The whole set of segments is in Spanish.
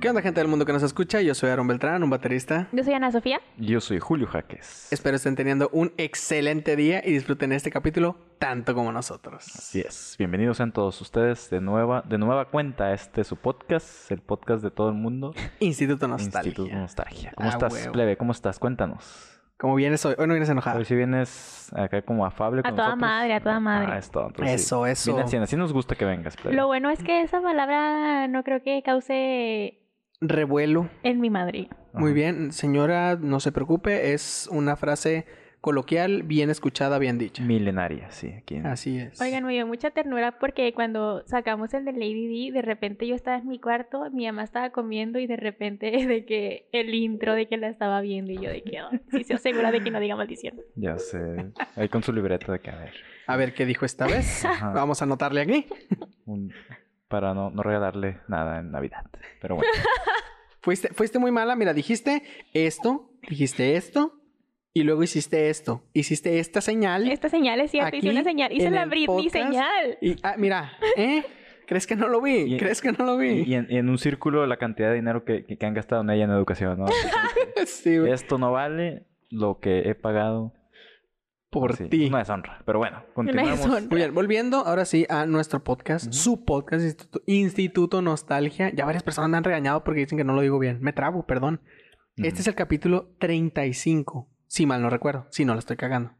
¿Qué onda gente del mundo que nos escucha? Yo soy Aaron Beltrán, un baterista. Yo soy Ana Sofía. Yo soy Julio Jaques. Espero estén teniendo un excelente día y disfruten este capítulo tanto como nosotros. Así es. Bienvenidos sean todos ustedes de nueva, de nueva cuenta a este su podcast, el podcast de todo el mundo. Instituto Nostalgia. Instituto Nostalgia. ¿Cómo Ah, estás, huevo. Ah. plebe? ¿Cómo estás? Cuéntanos. ¿Cómo vienes hoy? Hoy no vienes enojado. Hoy si vienes acá como afable A con toda nosotros. madre, a toda madre. Ah, es todo. Eso, eso. Bien, así, así nos gusta que vengas, plebe. Lo bueno es que esa palabra no creo que cause Revuelo. en mi madre. Ajá. Muy bien, señora, no se preocupe, es una frase coloquial, bien escuchada, bien dicha. Milenaria, sí. Aquí en- Así es. Oigan, me dio mucha ternura porque cuando sacamos el de Lady D, de repente yo estaba en mi cuarto, mi mamá estaba comiendo y de repente de que el intro de que la estaba viendo y yo de que, si sí, se asegura de que no diga maldición. Ya sé. Ahí con su libreta de que, a ver. A ver qué dijo esta vez. Ajá. Vamos a anotarle aquí. Un- para no, no regalarle nada en Navidad. Pero bueno. Fuiste, fuiste muy mala, mira, dijiste esto, dijiste esto, y luego hiciste esto, hiciste esta señal. Esta señal es cierta, hice Aquí, una señal, hice en la el Britney podcast, señal. Y, ah, mira, ¿eh? ¿Crees que no lo vi? Y- ¿Crees que no lo Y, y vi? en, y en un círculo la cantidad de dinero que, que- que han gastado en ella en educación, ¿no? Sí, güey, Esto no vale lo que he pagado por Sí, ti. Una deshonra. Pero bueno, continuamos. deshonra. Muy bien, volviendo ahora sí a nuestro podcast, Ujú. su podcast, Instituto, Instituto Nostalgia. Ya varias personas me han regañado porque dicen que no lo digo bien. Me trabo, perdón. Ujú. Este es el capítulo 35, si mal no recuerdo, si no la estoy cagando.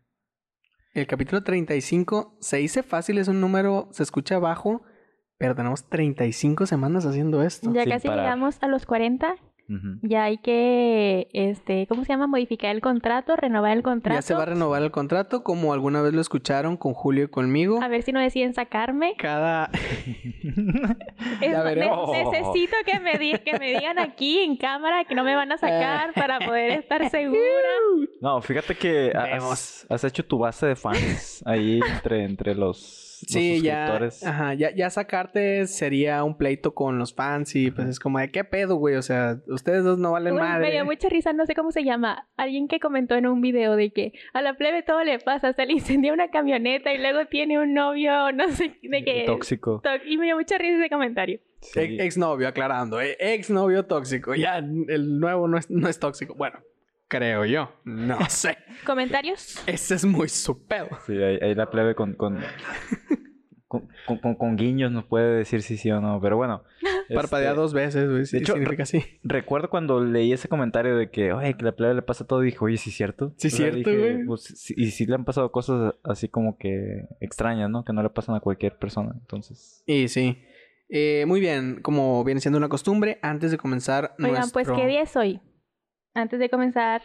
El capítulo 35 se dice fácil, es un número, se escucha bajo, pero tenemos 35 semanas haciendo esto. Ya sin casi parar. llegamos a los 40, Ujú. ya hay que, este, ¿cómo se llama? Modificar el contrato, renovar el contrato. Ya se va a renovar el contrato, como alguna vez lo escucharon con Julio y conmigo. A ver si no deciden sacarme. Cada, Es- Ya ne- veremos. necesito que me, di- que me digan aquí en cámara que no me van a sacar para poder estar segura. No, fíjate que ha- Vemos. has, has hecho tu base de fans ahí entre, entre los, los Sí, ya, suscriptores. ajá, ya, ya sacarte sería un pleito con los fans y pues es como de qué pedo, güey. O sea, ustedes dos no valen Uy, madre. me dio mucha risa, no sé cómo se llama. Alguien que comentó en un video de que a la plebe todo le pasa, se le incendia una camioneta y luego tiene un novio, no sé de qué. Tóxico. toc- Y me dio mucha risa ese comentario. Sí. Ex E-, Exnovio, aclarando, eh, exnovio tóxico. Ya el nuevo no es, no es tóxico. Bueno, creo yo. No sé. ¿Comentarios? Ese es muy su pedo. Sí, ahí, ahí la plebe con con, con, con- con- con guiños nos puede decir sí, sí o no. Pero bueno. este, Parpadea dos veces, güey. Sí, de hecho, significa sí. Recuerdo cuando leí ese comentario de que, oye, que la plebe le pasa todo, dije, oye, sí es cierto. Sí, cierto, dije, güey. pues, sí- y sí le han pasado cosas así como que extrañas, ¿no? Que no le pasan a cualquier persona. Entonces, Y sí. Eh, muy bien, como viene siendo una costumbre, antes de comenzar Oigan, pues, nuestro- ¿qué día es hoy? Antes de comenzar.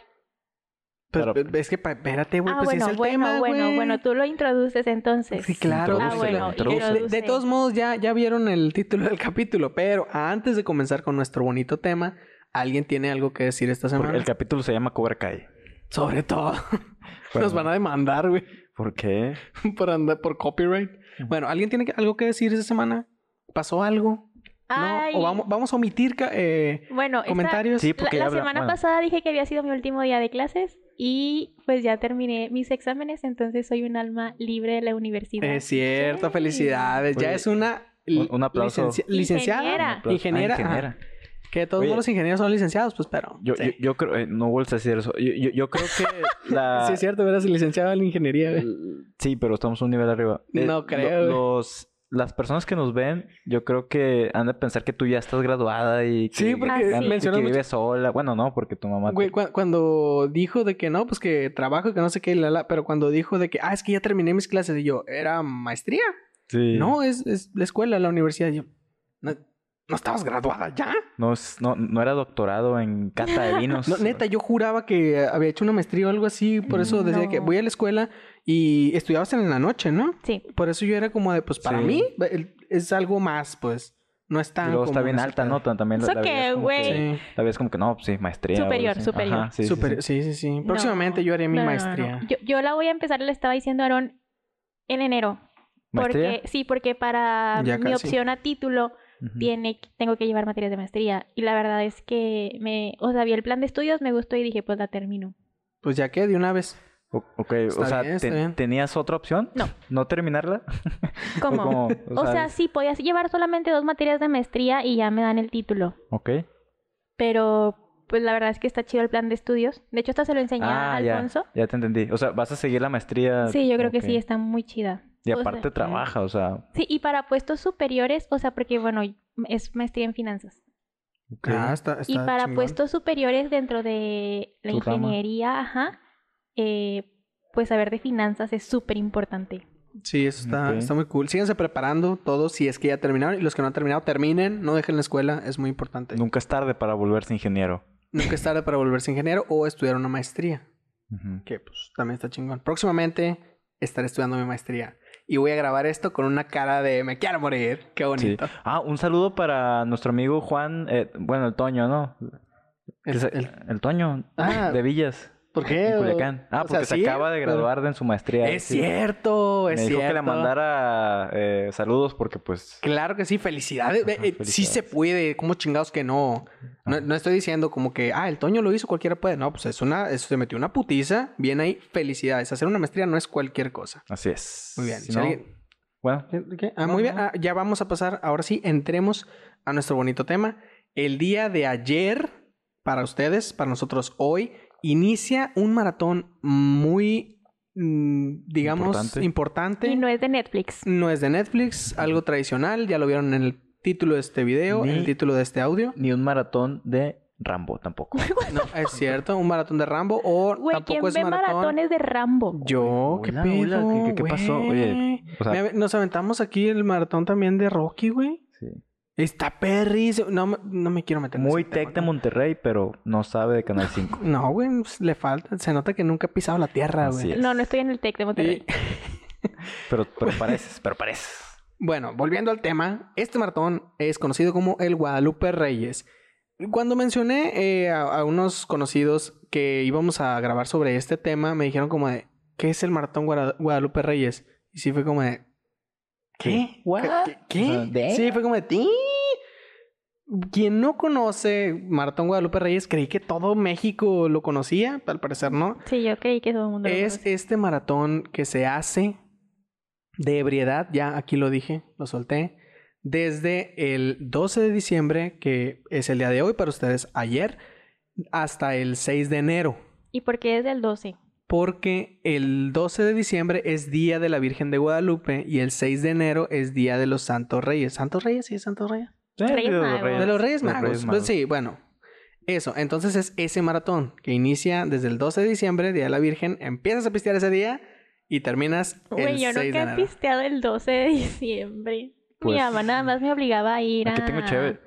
Pues, Pero- es que pa- espérate, güey, ah, pues ese bueno, es el bueno, tema, bueno, güey. bueno, tú lo introduces entonces. Sí, claro. Ah, bueno, Introduce. De- de, introduce. todos modos, ya, ya vieron el título del capítulo, pero antes de comenzar con nuestro bonito tema, ¿alguien tiene algo que decir esta porque semana? el capítulo se llama Cobra Kai. Sobre todo, nos Bueno, van a demandar, güey, ¿Por qué? por, andar, por copyright. Bueno, ¿alguien tiene que- algo que decir esta semana? ¿Pasó algo? Ay. ¿No? ¿O vamos, vamos a omitir ca- eh, Bueno, esta- comentarios? Sí, la- porque la, habla- semana bueno. pasada dije que había sido mi último día de clases y pues ya terminé mis exámenes, entonces soy un alma libre de la universidad. Eh, Es cierto, Yay. felicidades. Ya Oye, es una... un- un aplauso. licencia- licenciada. Ingeniera. Un aplauso. Ingeniera, Ah, ingeniera. Que todos Oye. los ingenieros son licenciados, pues, pero... Yo, sí. yo, yo creo, eh, no vuelves a decir eso. Yo, yo- yo creo que la. Sí, es cierto, eres licenciado en ingeniería, güey. Sí, pero estamos un nivel arriba. Eh, No creo, güey. los, las personas que nos ven, yo creo que han de pensar que tú ya estás graduada y que, Sí, Ah, porque sí. y que mencionas mucho- vives sola. Bueno, no, porque tu mamá... te- Güey, cua- cuando dijo de que no, pues que trabajo, que no sé qué, la, la, pero cuando dijo de que, ah, es que ya terminé mis clases, y yo, ¿era maestría? Sí. No, es, es la escuela, la universidad. Y yo, ¿no, no estabas graduada ya? No, es- no, no era doctorado en cata de vinos. No, neta, yo juraba que había hecho una maestría o algo así, por eso decía No. que voy a la escuela y estudiabas en la noche, ¿no? Sí. Por eso yo era como de, pues para Sí. mí el- es algo más, pues. No es Y tan. luego está común bien ese alta, pedo. ¿no? Tan- También Eso veías que, como güey. que- Sí. La veías como que no, pues, sí, maestría. o algo Superior, así. superior. Ajá, sí, sí, Súper- sí. sí, sí, sí. Próximamente yo haré mi No, no, no, no. maestría. Yo, yo la voy a empezar, le estaba diciendo a Aaron, en enero. ¿Maestría? Porque, sí, porque para Ya mi casi. opción a título Ujú. tiene, tengo que llevar materias de maestría. Y la verdad es que me, o sea, vi el plan de estudios, me gustó y dije, pues la termino. Pues ya que de una vez. O- ok, Está o sea, bien, está te- bien. ¿tenías otra opción? No. ¿No terminarla? ¿O ¿Cómo? cómo? O sea, sí, podías llevar solamente dos materias de maestría y ya me dan el título. ok. Pero pues la verdad es que está chido el plan de estudios. De hecho, hasta se lo enseñé a Ah, ya. Alfonso. Ya te entendí. O sea, vas a seguir la maestría. Sí, yo creo Ok. que sí, está muy chida. Y O sea, aparte trabaja, o sea. sí, y para puestos superiores, o sea, porque bueno, es maestría en finanzas. ok. Ah, está, está Y para chingón. puestos superiores dentro de la Tu rama. ingeniería, ajá, eh, pues saber de finanzas es súper importante. Sí, eso está, Ok. está muy cool. Síganse preparando todos si es que ya terminaron. Y los que no han terminado, terminen. No dejen la escuela. Es muy importante. Nunca es tarde para volverse ingeniero. Nunca es tarde para volverse ingeniero o estudiar una maestría. Ujú. Que pues también está chingón. Próximamente estaré estudiando mi maestría. Y voy a grabar esto con una cara de me quiero morir. Qué Sí. bonito. Ah, un saludo para nuestro amigo Juan, eh, bueno, el Toño, ¿no? El- Que se- el- el Toño Ah. de Villas. ¿Por qué? En Culiacán. Ah, O sea, porque se sí, acaba de pero- graduar de en su maestría. eh, Es sí. cierto, Me es dijo cierto. que le mandara eh, saludos porque pues... Claro que sí, felicidades. Ajá, Eh, eh, Sí felicidades. se puede, como chingados que no. No, Ajá. no estoy diciendo como que, ah, el Toño lo hizo, cualquiera puede. No, pues es una, es- se metió una putiza, bien ahí, felicidades. Hacer una maestría no es cualquier cosa. Así es. Muy bien. Si si no, alguien- Bueno, ¿Qué? Ah, muy bien, ah, ya vamos a pasar, ahora sí, entremos a nuestro bonito tema. El día de ayer, para ustedes, para nosotros hoy, inicia un maratón muy, mm, digamos, Importante. importante. Y no es de Netflix. No es de Netflix, algo tradicional, ya lo vieron en el título de este video, en Ni- el título de este audio. ni un maratón de Rambo tampoco. No, es cierto, un maratón de Rambo o Güey, ¿quién tampoco es ve maratón. maratones de Rambo? Yo, qué Hola, pedo, hola, ¿qué- qué- qué pasó? Oye, güey. o sea- Me ave- nos aventamos aquí el maratón también de Rocky, güey. Sí. Está perrísimo. No, me- no me quiero meter en Muy ese tema, tech de ¿no? Monterrey, pero no sabe de Canal 5. No, güey, pues, le falta. Se nota que nunca ha pisado la tierra, Así güey. es. No, no estoy en el Tec de Monterrey. Y- Pero, pero pareces, pero pareces. Bueno, volviendo al tema, este maratón es conocido como el Guadalupe Reyes. Cuando mencioné eh, a, a unos conocidos que íbamos a grabar sobre este tema, me dijeron como de, ¿qué es el maratón Guara- Guadalupe Reyes? Y sí fue como de, ¿qué? What? ¿Qué? qué- qué?" ¿De? Sí, fue como de, "¿Ti?". Quien no conoce Maratón Guadalupe Reyes, creí que todo México lo conocía, al parecer no. Sí, yo creí que todo el mundo lo Es conoce. este maratón que se hace de ebriedad, ya aquí lo dije, lo solté, desde el 12 de diciembre, que es el día de hoy para ustedes, ayer, hasta el 6 de enero, ¿Y por qué es del 12? porque el 12 de diciembre es Día de la Virgen de Guadalupe y el 6 de enero es Día de los Santos Reyes. ¿Santos Reyes? Sí, Santos Reyes. Reyes Magos. De los Reyes Los Magos. Pues sí, bueno. Eso, entonces es ese maratón que inicia desde el 12 de diciembre, Día de la Virgen, empiezas a pistear ese día y terminas el Güey, yo 6 de nunca he enero. pisteado el 12 de diciembre. Pues, Mi mamá nada más me obligaba a ir a... Aquí tengo chévere.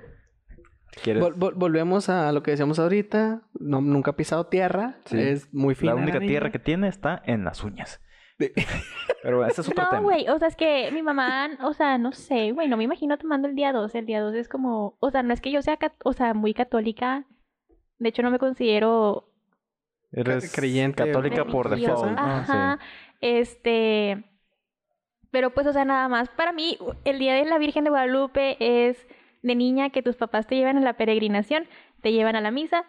¿Quieres? Vol- vol- volvemos a lo que decíamos ahorita, no, nunca he pisado tierra, Sí. es muy fina. La única niña. tierra que tiene está en las uñas. De- Pero bueno, ese es otro No, tema. güey, o sea, es que mi mamá, o sea, no sé, güey, no me imagino tomando el día 12. El día 12 es como, o sea, no es que yo sea, cat- o sea, muy católica. De hecho, no me considero Eres Ca- creyente, católica por religiosa. default, Ah, ¿no? Ajá, Sí. este... Pero pues, o sea, nada más, para mí, el Día de la Virgen de Guadalupe es de niña que tus papás te llevan a la peregrinación, te llevan a la misa,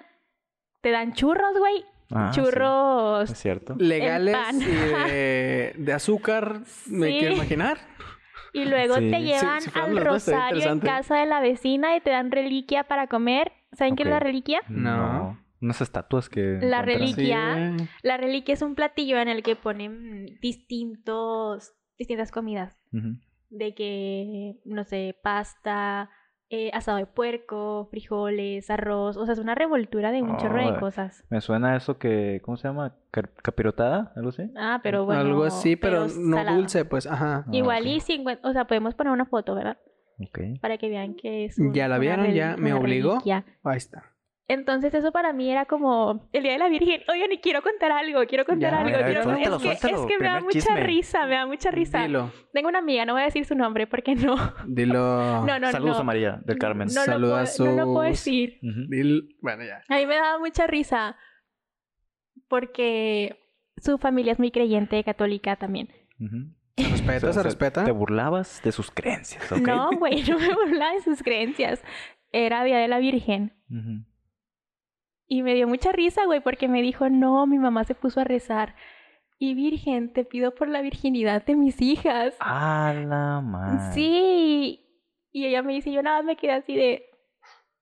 te dan churros, güey, Ah, sí. churros Pues, Es cierto. Legales pan. y de, de azúcar, me Sí. quiero imaginar. Y luego Sí. te Sí, llevan sí, fueron al los dos, está rosario en interesante. casa de la vecina y te dan reliquia para comer. ¿Saben qué es Ok. la reliquia? No. Unas estatuas que. La encuentran. reliquia. Sí, Ya. güey. La reliquia es un platillo en el que ponen distintos, distintas comidas. Ujú. De que, no sé, pasta, eh, asado de puerco, frijoles, arroz. O sea, es una revoltura de un chorro de Ay. cosas. Me suena a eso que. ¿Cómo se llama? Car- ¿Capirotada? ¿Algo así? Ah, pero bueno. Algo así, pero, no salado. dulce, pues, ajá. Ah, Igual ok. y 50, o sea, podemos poner una foto, ¿verdad? Ok. Para que vean que es. Ya la una vieron, ya reli- me una obligó. reliquia. Ahí está. Entonces eso para mí era como el Día de la Virgen. Oigan, y quiero contar algo, quiero contar Ya, a algo. ver, a ver, quiero- suéltalo, es, que, suéltalo, es que me da primer mucha chisme. risa, me da mucha risa. Dilo, Tengo una amiga, no voy a decir su nombre porque no. dilo. No, no, Ah, Saludos no. a María del Carmen. No, lo puedo, Saluda a no lo puedo sus- decir. Ujú. Dilo- Bueno, ya. A mí me daba mucha risa porque su familia es muy creyente, católica también. Ujú. Se respeta, se O sea, o sea, respeta. Te burlabas de sus creencias, ¿ok? No, güey, no me burlaba de sus creencias. Era Día de la Virgen. Ujú. Y me dio mucha risa, güey, porque me dijo, no, mi mamá se puso a rezar. Y Virgen, te pido por la virginidad de mis hijas. A la madre. Sí. Y ella me dice, yo nada más me quedé así de,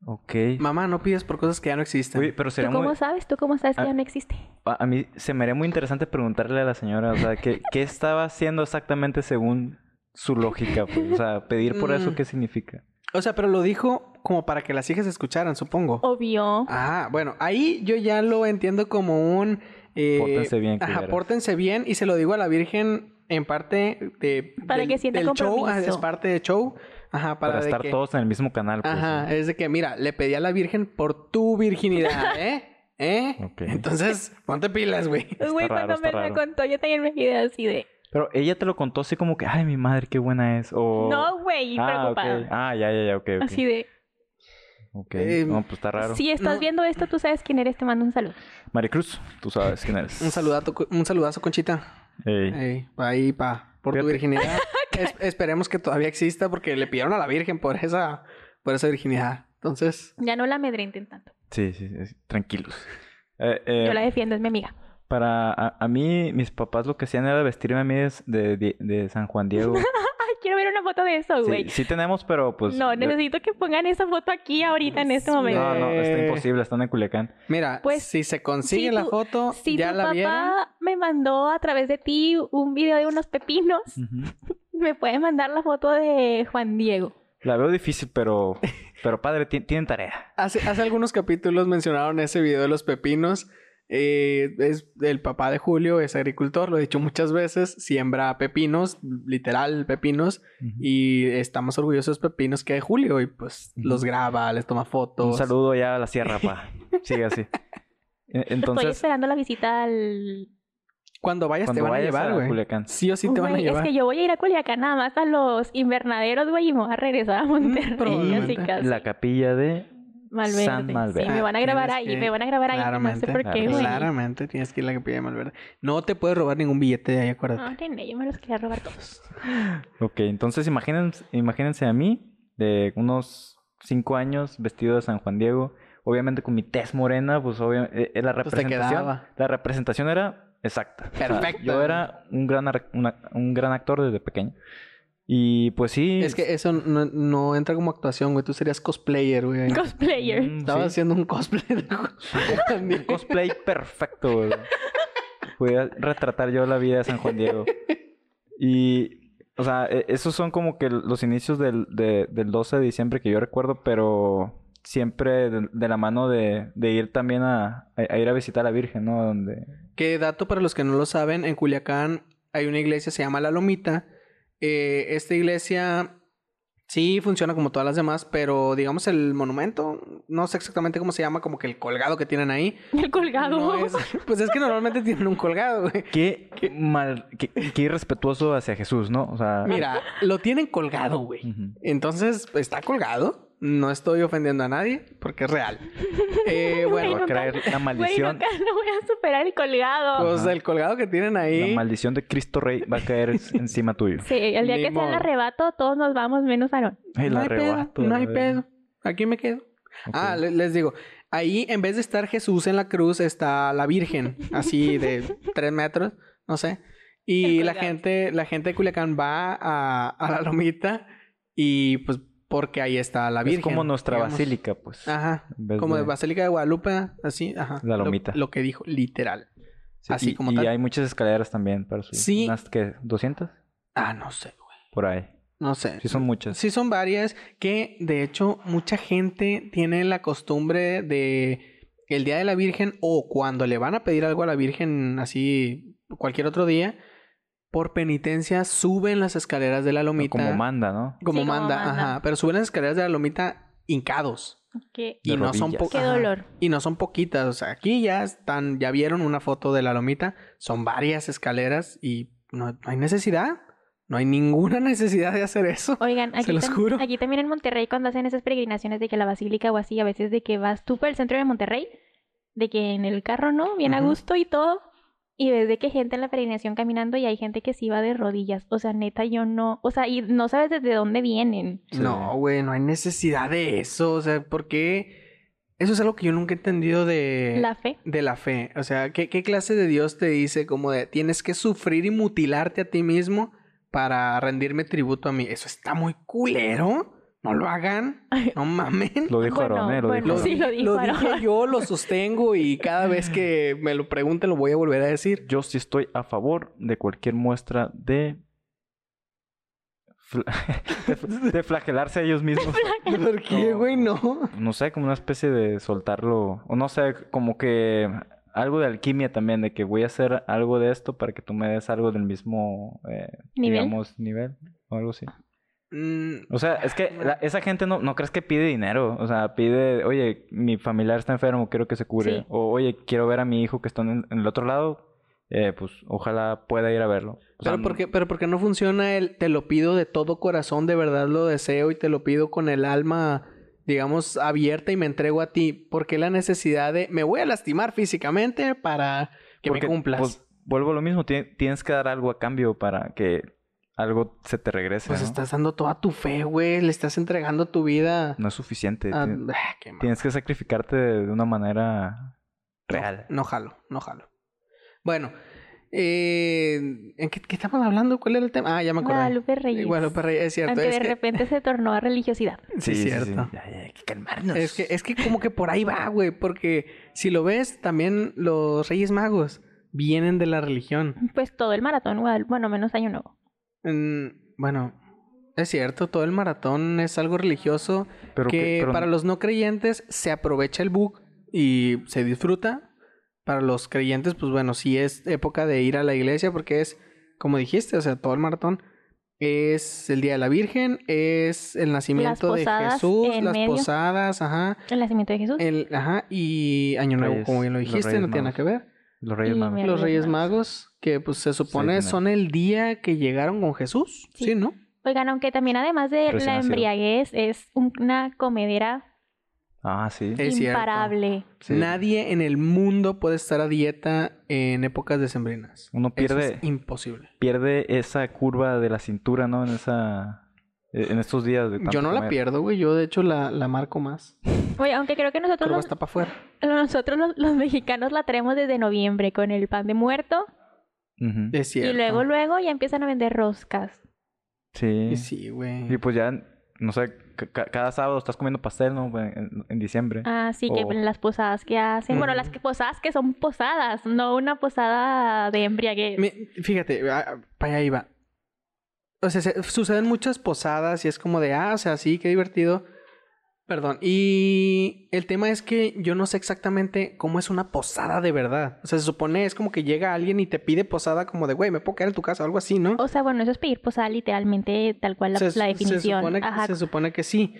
Ok. Mamá, no pides por cosas que ya no existen. Oye, pero ¿Tú sería cómo muy... sabes? ¿Tú cómo sabes que Ah. ya no existe? A, a mí se me haría muy interesante preguntarle a la señora, o sea, ¿qué, qué estaba haciendo exactamente según su lógica? pues? O sea, pedir por eso, Mm. ¿qué significa? O sea, pero lo dijo como para que las hijas escucharan, supongo. Oh. Obvio. Ah, bueno, ahí yo ya lo entiendo como un... eh, Pórtense bien, Ajá, culeras. pórtense bien y se lo digo a la Virgen en parte de... Para que sienta show, ajá, compromiso. es parte de show. Ajá, para, Para, de estar que- todos en el mismo canal. Pues, Ajá, eh. ¿no? es de que, mira, le pedí a la Virgen por tu virginidad, ¿eh? ¿Eh? Ok. Entonces, ponte pilas, güey. Güey, raro, cuando está me la raro. contó, yo también me quedé así de. Pero ella te lo contó así como que, ay, mi madre, qué buena es. O... No, güey, Oh. ah, ok. preocupada. Ah, ya, ya, ya, ok. ok. Así de. Ok. Eh, no, pues está raro. Si estás No. viendo esto, tú sabes quién eres, te mando un saludo. Maricruz, tú sabes quién eres. Un saludazo, Eh. un saludazo, Conchita. Ey. Ey, pa' ahí, pa, por tu Fíjate. virginidad. Es- esperemos que todavía exista porque le pidieron a la Virgen por esa, por esa virginidad. Entonces, Ya no la amedrenten tanto. Sí, sí, sí, tranquilos. Eh, eh, Yo la defiendo, es mi amiga. Para a, a mí, mis papás lo que hacían era vestirme a mí des- de, de- de San Juan Diego. Ay, quiero ver una foto de eso, güey. Sí, sí tenemos, pero pues... no, yo- necesito que pongan esa foto aquí ahorita en este No, momento. No, no, está Eh. imposible, están en Culiacán. mira, Pues, si se consigue si la tu- foto, Si ya tu la papá vieron. me mandó a través de ti un video de unos pepinos, me puede mandar la foto de Juan Diego. La veo difícil, pero... Pero padre, ti- tienen tarea. Hace, hace algunos capítulos mencionaron ese video de los pepinos. Eh, es el papá de Julio, es agricultor, lo he dicho muchas veces, siembra pepinos, literal pepinos, y estamos orgullosos pepinos que de Julio y pues Ujú. los graba, les toma fotos. Un saludo ya a la sierra, pa. Sigue así. E- Estoy Entonces, esperando la visita al... Cuando vayas cuando te van a vayas llevar, a güey. Culiacán. Sí o sí te van a Güey, llevar. Es que yo voy a ir a Culiacán nada más a los invernaderos, güey, y me voy a regresar a Monterrey. Mm, probablemente. así casi. La capilla de... Malverde. San Malverde. Sí, me van a Ah, grabar tienes ahí, que- me van a grabar ahí. No sé Claramente. por qué, güey. Claramente tienes que ir a la capilla de Malverde. No te puedes robar ningún billete de ahí, acuérdate. No, nene, yo me los quería robar todos. Ok, entonces imagínense, imagínense a mí de unos cinco años vestido de San Juan Diego, obviamente con mi tez morena, pues obviamente la Pues te representación, quedaba. la representación era exacta. O sea, Perfecta. yo era un gran ar- una- un gran actor desde pequeño. Y pues sí, Es que eso no, no entra como actuación, güey. Tú serías cosplayer, güey. Cosplayer. mm, Estaba sí, haciendo un cosplay de un cosplay perfecto, güey. Podía retratar yo la vida de San Juan Diego. Y, o sea, e- esos son como que los inicios del, de- del 12 de diciembre que yo recuerdo, pero siempre de, de la mano de, de ir también a, a- a ir a visitar a la Virgen, ¿no? Donde... Que dato para los que no lo saben, en Culiacán hay una iglesia, se llama La Lomita. Eh, esta iglesia sí funciona como todas las demás, pero digamos el monumento, no sé exactamente cómo se llama, como que el colgado que tienen ahí. El colgado. mm, no es- pues es que normalmente tienen un colgado, güey. Qué, mal, qué, qué irrespetuoso hacia Jesús, ¿no? O sea... Mira, lo tienen colgado, güey. ujú. Entonces, está colgado. No estoy ofendiendo a nadie porque es real. Eh, Te bueno, va a nunca- creer la Güey, maldición. nunca no voy a superar el colgado. pues el colgado que tienen ahí. La maldición de Cristo Rey va a caer encima tuyo. Sí, el día Ni que sea el modo. arrebato, todos nos vamos menos Aaron. Ay, no la hay pedo, arrebato, no la hay pedo. verdad. Aquí me quedo. Ok. Ah, le- les digo, ahí en vez de estar Jesús en la cruz, está la Virgen, así de tres metros, no sé. Y El la colgado. gente, la gente de Culiacán va a, a la lomita y pues porque ahí está la Virgen. es como nuestra digamos. Ah, basílica, pues. Ajá. en vez Como de de- Basílica de Guadalupe, así, ajá. La Lo- lomita. Lo, que dijo, literal. Sí, así y, como y tal. hay muchas escaleras también para subir. Sí. ¿Unas que 200? Ah, no sé, güey. Por ahí. No sé. Sí, son muchas. Sí, son varias que de hecho mucha gente tiene la costumbre de el día de la Virgen o cuando le van a pedir algo a la Virgen así cualquier otro día, por penitencia suben las escaleras de la O lomita. Como manda, ¿no? como Sí, como manda, manda. ajá, pero suben las escaleras de la lomita hincados. Qué, Y De no, son rodillas. po- qué ajá. dolor. y no son poquitas, o sea, aquí ya están, ya vieron una foto de la lomita, son varias escaleras y no- no hay necesidad, no hay ninguna necesidad de hacer eso. Oigan, aquí, los tam- juro. aquí también en Monterrey cuando hacen esas peregrinaciones de que la basílica o así, a veces de que vas tú por el centro de Monterrey, de que en el carro, ¿no? Bien a Ujú. gusto y todo, y ves de que gente en la peregrinación caminando y hay gente que sí va de rodillas. O sea, neta, yo no, o sea, y no sabes desde dónde vienen. Sí. No, güey, no hay necesidad de eso. O sea, ¿por qué? Eso es algo que yo nunca he entendido de La fe. de la fe. O sea, ¿qué, qué clase de Dios te dice como de tienes que sufrir y mutilarte a ti mismo para rendirme tributo a mí? Eso está muy culero. No lo hagan. No mamen. Lo dijo Bueno, Aarón, ¿eh? Lo bueno, dijo sí, Aarón. lo dijo Lo Aarón. dije yo, lo sostengo y cada vez que me lo pregunten lo voy a volver a decir. Yo sí estoy a favor de cualquier muestra de... fla- de fl- de flagelarse a ellos mismos. ¿Por qué, No. güey? No. no sé, como una especie de soltarlo, o no sé, como que algo de alquimia también, de que voy a hacer algo de esto para que tú me des algo del mismo, eh, Nivel. digamos, nivel o algo así. Mm, O sea, es que la- esa gente no, no crees que pide dinero, o sea, pide, oye, mi familiar está enfermo, quiero que se cure, Sí. o oye, quiero ver a mi hijo que está en, en el otro lado, eh, pues ojalá pueda ir a verlo. O sea, Pero porque, pero porque no funciona el te lo pido de todo corazón, de verdad lo deseo y te lo pido con el alma, digamos, abierta y me entrego a ti. Porque la necesidad de me voy a lastimar físicamente para que Porque, me cumplas. pues, vuelvo a lo mismo, tie- tienes que dar algo a cambio para que algo se te regrese. Pues ¿no? estás dando toda tu fe, güey. Le estás entregando tu vida. No es suficiente. a- tienes- Ah, qué mal. Tienes que sacrificarte de de una manera real. No jalo, no jalo. Bueno, eh, ¿en qué, qué estamos hablando? ¿Cuál era el tema? Ah, ya me acordé. Guadalupe Reyes. Eh, Guadalupe Reyes, es cierto. Aunque Es de que, repente se tornó a religiosidad. sí, cierto. Ya, ya, hay que calmarnos. Es que, es que como que por ahí va, güey, porque si lo ves, también los Reyes Magos vienen de la religión. Pues todo el maratón, Guadalupe, bueno, menos Año Nuevo. Mm, bueno, es cierto, todo el maratón es algo religioso Pero que que- pero- para los no creyentes se aprovecha el book y se disfruta. Para los creyentes, pues bueno, sí es época de ir a la iglesia porque es, como dijiste, o sea, todo el maratón es el Día de la Virgen, es el nacimiento de posadas Jesús, en las medio. posadas, ajá. El nacimiento de Jesús. El, ajá, y Año Nuevo, Reyes- como bien lo los dijiste, Reyes no tiene nada Magos. que ver. Los Reyes Y Magos. mira- Los Reyes Reyes Magos, que pues se supone Sí, son el día que llegaron con Jesús, ¿sí, Sí. no? Oigan, aunque también además de Recién la nacido. embriaguez, es una comedera Ah, sí. Es cierto. imparable. sí. Eh, Nadie en el mundo puede estar a dieta en épocas decembrinas. Uno Eso pierde- es imposible. Pierde esa curva de la cintura, ¿no? En esa... eh, En estos días de tanto Yo no la comer. pierdo, güey. Yo, de hecho, la, la marco más. Oye, aunque creo que nosotros, Curva los, está para afuera. nosotros los, los mexicanos la traemos desde noviembre con el pan de muerto Ujú. Es cierto. y luego luego ya empiezan a vender roscas. Y Sí. Sí, güey. Y pues ya, no sé, ca- ca- cada sábado estás comiendo pastel, ¿no? En, en- en diciembre. Así que Oh. en las posadas que hacen, bueno, Ujú. las que- posadas que son posadas, no una posada de embriaguez. Me- fíjate, ah, para allá iba. O sea, se- suceden muchas posadas y es como de, ah, o sea, sí, qué divertido. Perdón. Y el tema es que yo no sé exactamente cómo es una posada de verdad. O sea, se supone es como que llega alguien y te pide posada como de, güey, me puedo quedar en tu casa o algo así, ¿no? O sea, bueno, eso es pedir posada literalmente tal cual la, se, la se definición. supone, Ajá. Ah. se supone que sí.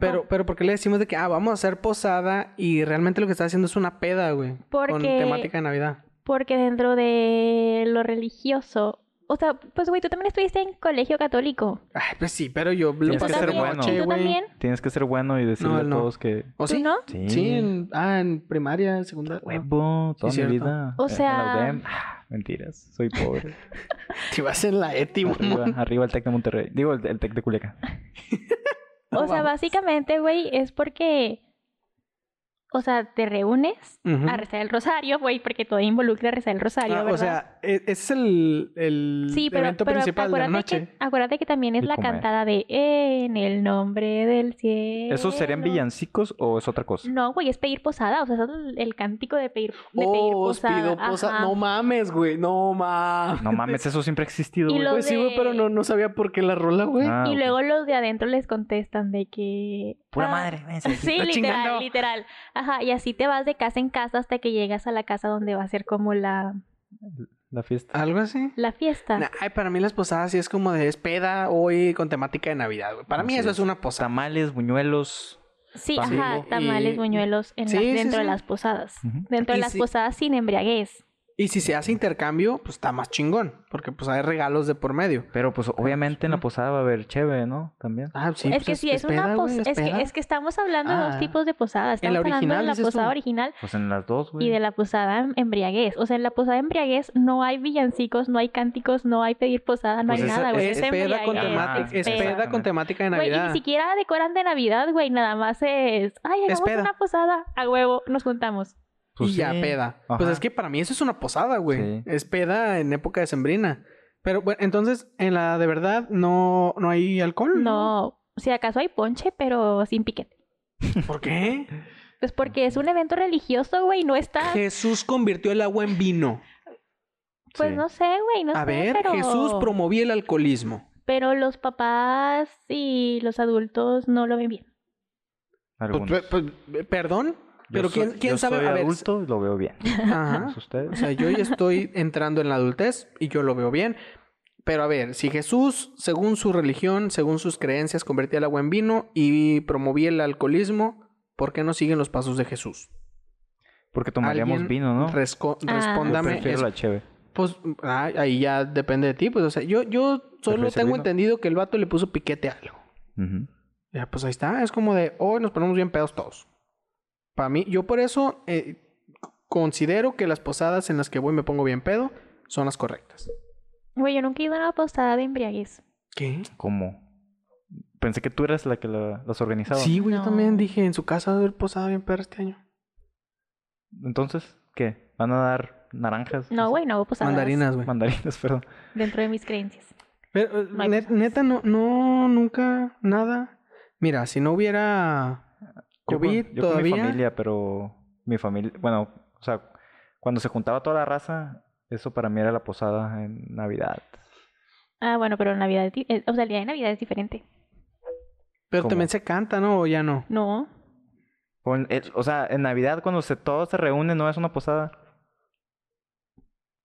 Pero, pero ¿por qué le decimos de que, ah, vamos a hacer posada y realmente lo que está haciendo es una peda, güey? Con Porque- temática de Navidad. Porque dentro de lo religioso, o sea, pues güey, tú también estuviste en colegio católico. Ay, pues sí, pero yo lo Tienes ¿Tú que pasé ser en también? la bueno. ¿Y noche, tú güey. también? Tienes que ser bueno y decirle No, a no. todos que... ¿O ¿Tú sí? no? Sí. Ah, Sí, en, ah, en primaria, secundaria. no. Huevo, toda Sí, mi cierto. vida. Eh, O en- en la sea- UDEM. Ah, Mentiras, soy pobre. Te vas en la ETI, arriba, mamón. arriba el Tec de Monterrey. Digo, el, el Tec de Culiacán. O sea, Vamos. básicamente, güey, es porque, o sea, te reúnes Ujú. a rezar el rosario, güey, porque todo involucra rezar el rosario, Ah, ¿verdad? o sea, e- ese es el, el sí, pero, evento pero principal de la acuérdate, noche. que, acuérdate que también es Y la comer. cantada de En el nombre del cielo. ¿Esos serían villancicos o es otra cosa? No, güey, es pedir posada, o sea, es el, el cántico de pedir, de pedir Oh, os posada. pido posada. ajá. No mames, güey. No mames. No mames, eso siempre ha existido, Mm. Y güey. lo- Pues sí, güey, de- pero no, no sabía por qué la rola, güey. Ah, y ok. luego los de adentro les contestan de que... Pura "Ah, madre. váyanse de aquí. Sí, Está literal, chingando. literal. Ajá, y así te vas de casa en casa hasta que llegas a la casa donde va a ser como la, La fiesta. ¿Algo así? la fiesta. Nah, Ay, para mí las posadas sí es como de espeda hoy con temática de Navidad, güey. Para mí Así eso es es. una posada. Tamales, buñuelos. sí, pan ajá, vivo tamales, y- buñuelos en Sí, las- sí, dentro sí. de las posadas. Ujú. Dentro Y de las sí. posadas sin embriaguez. Y si se hace intercambio, pues está más chingón. Porque pues hay regalos de por medio. Pero pues obviamente en la posada va a haber cheve, ¿no? También. Ah, sí, es pues, que sí, es, una peda, güey, posada. Es peda. que, es que estamos hablando de Ah. dos tipos de posadas. En la Estamos hablando original, de la dices tú. posada original Pues en las dos, güey. y de la posada em- embriaguez. O sea, en la posada embriaguez no hay villancicos, no hay cánticos, no hay pedir posada, no Pues hay esa- nada, güey. es, peda Es con embriaguez, temática, es es peda. peda con temática de Güey, y Navidad. ni siquiera decoran de Navidad, güey. Nada más es. Ay, Es hagamos peda. una posada. A huevo, nos juntamos. Pues y ya sí. peda. Pues Ajá. es que para mí eso es una posada, güey. Sí. Es peda en época de sembrina. Pero bueno, entonces en la de verdad no, no hay alcohol. No. Si acaso hay ponche, pero sin piquete. ¿Por qué? Pues porque es un evento religioso, güey, no está. Jesús convirtió el agua en vino. Pues Sí. no sé, güey, no sé. A ver, pero... Jesús promovía el alcoholismo. Pero los papás y los adultos no lo ven bien. Algunos. Pues, pues, pues, ¿Perdón? Yo Pero soy- ¿quién, quién yo sabe? soy A ver, adulto y lo veo bien. ajá. ¿Es usted? O sea, yo ya estoy entrando en la adultez y yo lo veo bien. Pero a ver, si Jesús, según su religión, según sus creencias, convertía el agua en vino y promovía el alcoholismo, ¿por qué no siguen los pasos de Jesús? Porque tomaríamos Alguien vino, ¿no? Yo Resco- Ah. Respóndame. prefiero es- la cheve. Pues ah, ahí ya depende de ti. Pues, o sea, yo, yo solo ¿Prefieres el tengo vino? entendido que el vato le puso piquete a algo. Ujú. Ya, pues ahí está. Es como de hoy nos ponemos bien pedos todos. Para mí, yo por eso eh, considero que las posadas en las que voy me pongo bien pedo son las correctas. Güey, yo nunca he ido a una posada de embriaguez. ¿Qué? ¿Cómo? Pensé que tú eras la que la- las organizaba. Sí, güey, yo también No. dije en su casa va a haber posada bien perra este año. Entonces, ¿qué? ¿Van a dar naranjas? No, güey, no hago posadas. Mandarinas, güey. Mandarinas, perdón. Dentro de mis creencias. Pero, eh, No hay ne- posadas. neta, no, no, nunca, nada. Mira, si no hubiera Yo con- COVID yo con todavía. mi familia, pero mi familia, bueno, o sea, cuando se juntaba toda la raza, eso para mí era la posada en Navidad. Ah, bueno, pero Navidad es di- eh, O sea, el día de Navidad es diferente. pero ¿Cómo? también se canta, ¿no? O ya no. No. O, en- el- eh, o sea, en Navidad cuando se todos se reúnen, no es una posada.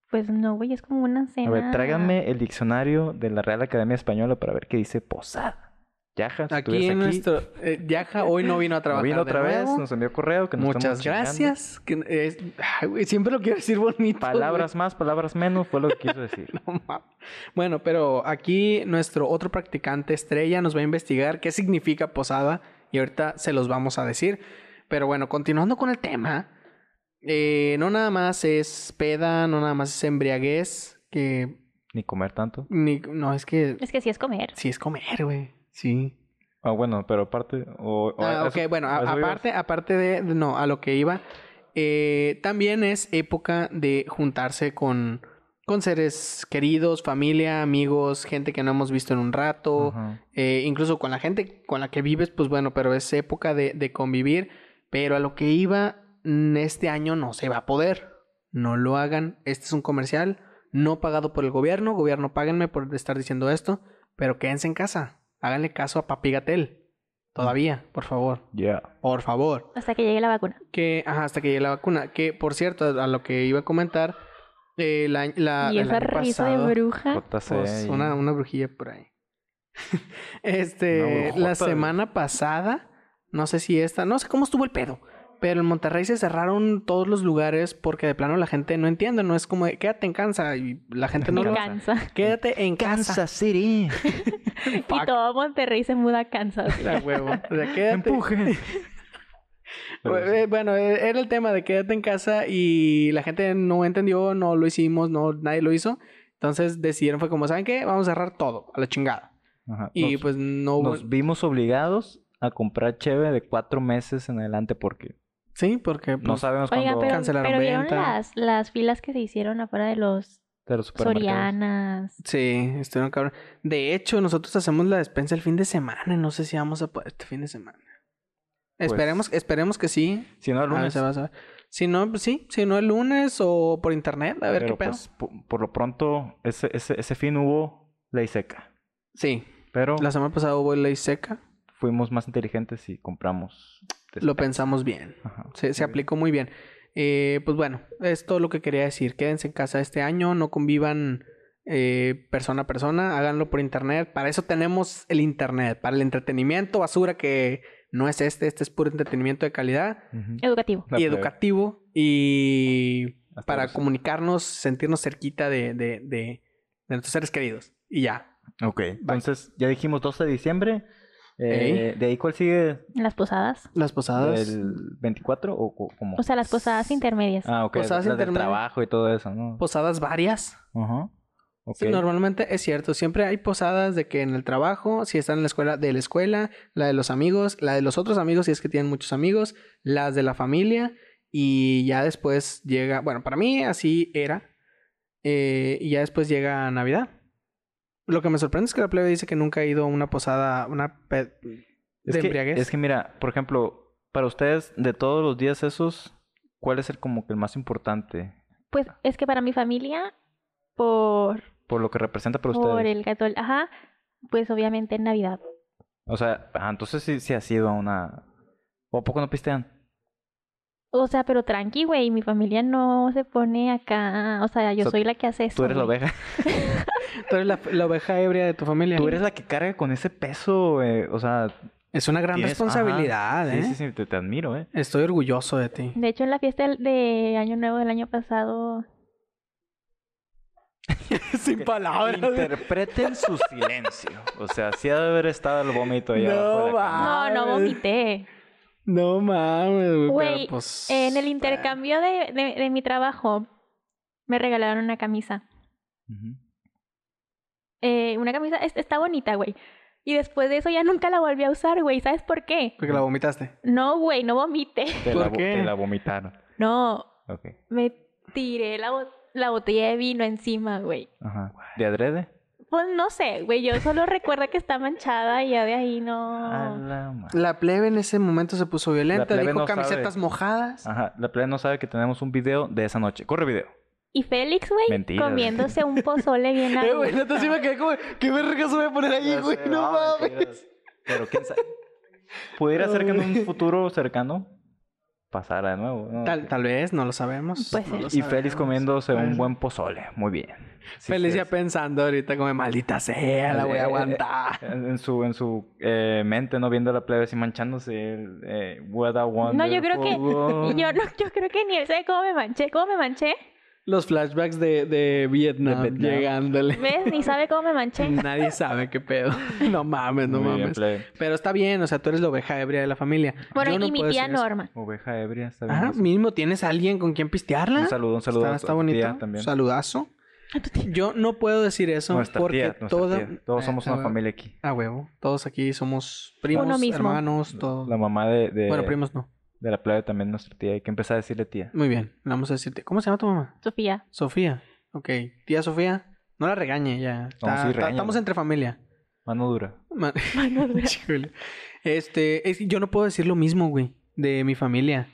Pues no, güey, es como una A cena. ver, tráiganme el diccionario de la Real Academia Española para ver qué dice posada. Yaja, si Aquí estuvieras en nuestro. eh, Yaja hoy no vino a no trabajar. vino de otra vez, nuevo. nos envió correo que nos estamos Muchas chingando. gracias. que eh, es- ay, güey, siempre lo quiero decir bonito. güey. Palabras más, palabras menos, fue lo que quiso decir. No mames. Bueno, pero aquí nuestro otro practicante estrella nos va a investigar qué significa posada y ahorita se los vamos a decir. Pero bueno, continuando con el tema, eh, no nada más es peda, no nada más es embriaguez, que Ni comer tanto. ni- no es que Es que sí es comer. sí es comer, güey. Sí. Ah, bueno, pero aparte... O, o- Ah, a ok, eso- bueno, a- a eso ibas. aparte, aparte de, de- no, a lo que iba, eh, también es época de juntarse con, con seres queridos, familia, amigos, gente que no hemos visto en un rato, Ajá. eh, incluso con la gente con la que vives, pues bueno, pero es época de, de convivir, pero a lo que iba, mm, este año no se va a poder, no lo hagan, este es un comercial no pagado por el gobierno, gobierno páguenme por estar diciendo esto, pero quédense en casa, háganle caso a Papi Gatel, todavía, por favor. Yeah. Por favor. Hasta que llegue la vacuna. Que, ajá, hasta que llegue la vacuna. Que, por cierto, a, a lo que iba a comentar, eh, la, la, y el esa año risa pasado, de bruja. JC pues, y- una, una brujilla por ahí. este, Una brujota, la güey. semana pasada, no sé si esta, no sé cómo estuvo el pedo, pero en Monterrey se cerraron todos los lugares porque de plano la gente no entiende, no es como, de, quédate en casa y la gente no Me lo... Cansa. cansa. Quédate en casa. Kansas City. Y todo Monterrey se muda a Kansas. La huevo. O sea, quédate, Empuje. Eh, eh, Bueno, eh, era el tema de quédate en casa y la gente no entendió, no lo hicimos, no, nadie lo hizo. Entonces decidieron, fue como, ¿saben qué? Vamos a cerrar todo, a la chingada. Ajá. Y Nos- pues no hubo... Nos vimos obligados a comprar cheve de cuatro meses en adelante porque Sí, porque no pues, sabemos Oigan, cuándo pero, Cancelaron pero vieron venta. las, las filas que se hicieron afuera de los de los supermercados. Sorianas. Sí, estuvieron cabrón. De hecho, nosotros hacemos la despensa el fin de semana. No sé si vamos a poder este fin de semana. Pues- Esperemos, esperemos que sí. Si no, el A ver, lunes. Ah, se va a saber. Si no, pues sí. Si no, el lunes o por internet. A ver pero qué pedo. pues, po- por, lo pronto, ese, ese, ese fin hubo ley seca. Sí. Pero La semana pasada hubo ley seca. fuimos más inteligentes y compramos. Lo pensamos bien. Ajá. Se, se aplicó muy bien. Eh, pues bueno, es todo lo que quería decir. Quédense en casa este año, no convivan eh, persona a persona, háganlo por internet. Para eso tenemos el internet, para el entretenimiento basura que no es este, este es puro entretenimiento de calidad Ujú. Educativo. La y plebe. educativo y Hasta para los- comunicarnos, sentirnos cerquita de, de- de- de nuestros seres queridos. Y ya. Ok, entonces ya dijimos 12 de diciembre. Eh, ¿De ahí cuál sigue? En las posadas. Las posadas. ¿El 24 o co- cómo? O sea, las posadas intermedias. Ah, ok. Posadas las del intermedias. trabajo y todo eso, ¿no? Pues, Posadas varias. Ajá. Ok. Sí, normalmente es cierto. Siempre hay posadas de que en el trabajo, si están en la escuela, de la escuela, la de los amigos, la de los otros amigos, si es que tienen muchos amigos, las de la familia, y ya después llega, bueno, para mí así era, eh, y ya después llega Navidad. Lo que me sorprende es que la plebe dice que nunca ha ido a una posada, una pe- Es de que, embriaguez. Es que mira, por ejemplo, para ustedes, de todos los días esos, ¿cuál es el como que el más importante? Pues es que para mi familia, por, Por lo que representa para por ustedes. el católico, ajá, pues obviamente en Navidad. O sea, ah, entonces sí, sí ha sido una... ¿O a poco no pistean? O sea, pero tranqui, güey, mi familia no se pone acá, o sea, yo So, soy la que hace eso. Tú eres la güey. oveja. Tú eres la, la oveja ebria de tu familia. Tú eres la que carga con ese peso, güey. O sea, Es una gran tienes- ajá. responsabilidad, ¿eh? sí, sí, sí, te, te admiro, ¿eh? Estoy orgulloso de ti. De hecho, en la fiesta del- de Año Nuevo del año pasado, Sin Interpreten su silencio. O sea, sí ha de haber estado el vómito ahí No, abajo de la cama. Ah, no, no güey. vomité. No mames, güey. Güey, pero pues. En el intercambio de, de- de mi trabajo, me regalaron una camisa. Ujú. Eh, una camisa, es- está bonita, güey. Y después de eso ya nunca la volví a usar, güey. ¿Sabes por qué? Porque la vomitaste. No, güey, no vomité. Te, ¿Por la, vo- qué? te la vomitaron. No, Ok. me tiré la, bo- la botella de vino encima, güey. Ajá. ¿De adrede? Pues no sé, güey. Yo solo recuerdo que está manchada y ya de ahí A no. la madre. Ah. La plebe en ese momento se puso violenta, plebe dijo no sabe. Ah. camisetas mojadas. Ajá, la playa no sabe que tenemos un video de esa noche. Corre video. Y Félix, güey, Mentira, comiéndose un pozole bien a Eh, güey, gusto. neta sí me quedé como, ¿qué verga se voy a poner ahí, güey? No mames. Pero quién sabe. Pudiera ser que en un futuro cercano pasara de nuevo. ¿no? Tal, tal vez, no lo sabemos. Puede no lo y feliz sabemos. comiéndose Puede un ser. buen pozole. Muy bien. Sí, Feliz sí, ya sí. pensando ahorita como, maldita sea, la voy Eh, eh, a aguantar. En en su, en su eh, mente, no viendo a la plebe así manchándose. el, eh, what a No, yo creo que- wonderful world. Y yo, no, yo creo que ni él sabe cómo me manché. ¿Cómo me manché? Los flashbacks de, de Vietnam, De Vietnam. llegándole. ¿Ves? Ni sabe cómo me manché. Nadie sabe qué pedo. No mames, no Muy bien, mames. plebe. Pero está bien, o sea, tú eres la oveja ebria de la familia. Bueno, Yo no y mi puedo tía decir eso. Norma. Oveja ebria, está bien. Ajá, eso. mínimo tienes a alguien con quien un pistearla. saludo, un saludo. a Ah, está, tu- está a tu bonito. tía también. Saludazo. Ah, Yo no puedo decir eso Nuestra porque tía, nuestra toda- tía. Todos Eh, somos a una huevo. familia aquí. A huevo. Todos aquí somos primos, Uno mismo. hermanos, todo. La eh, mamá de, de, Bueno, primos no. de la playa también nuestra tía. Hay que empezar a decirle tía. Muy bien. le Vamos a decirte. ¿Cómo se llama tu mamá? Sofía. Sofía. Ok. Tía Sofía. No la regañe ya. Está- sí, está- regáñala. estamos entre familia. Mano dura. Ma- Mano dura. Híjole. Este, es- yo no puedo decir lo mismo, güey, de mi familia.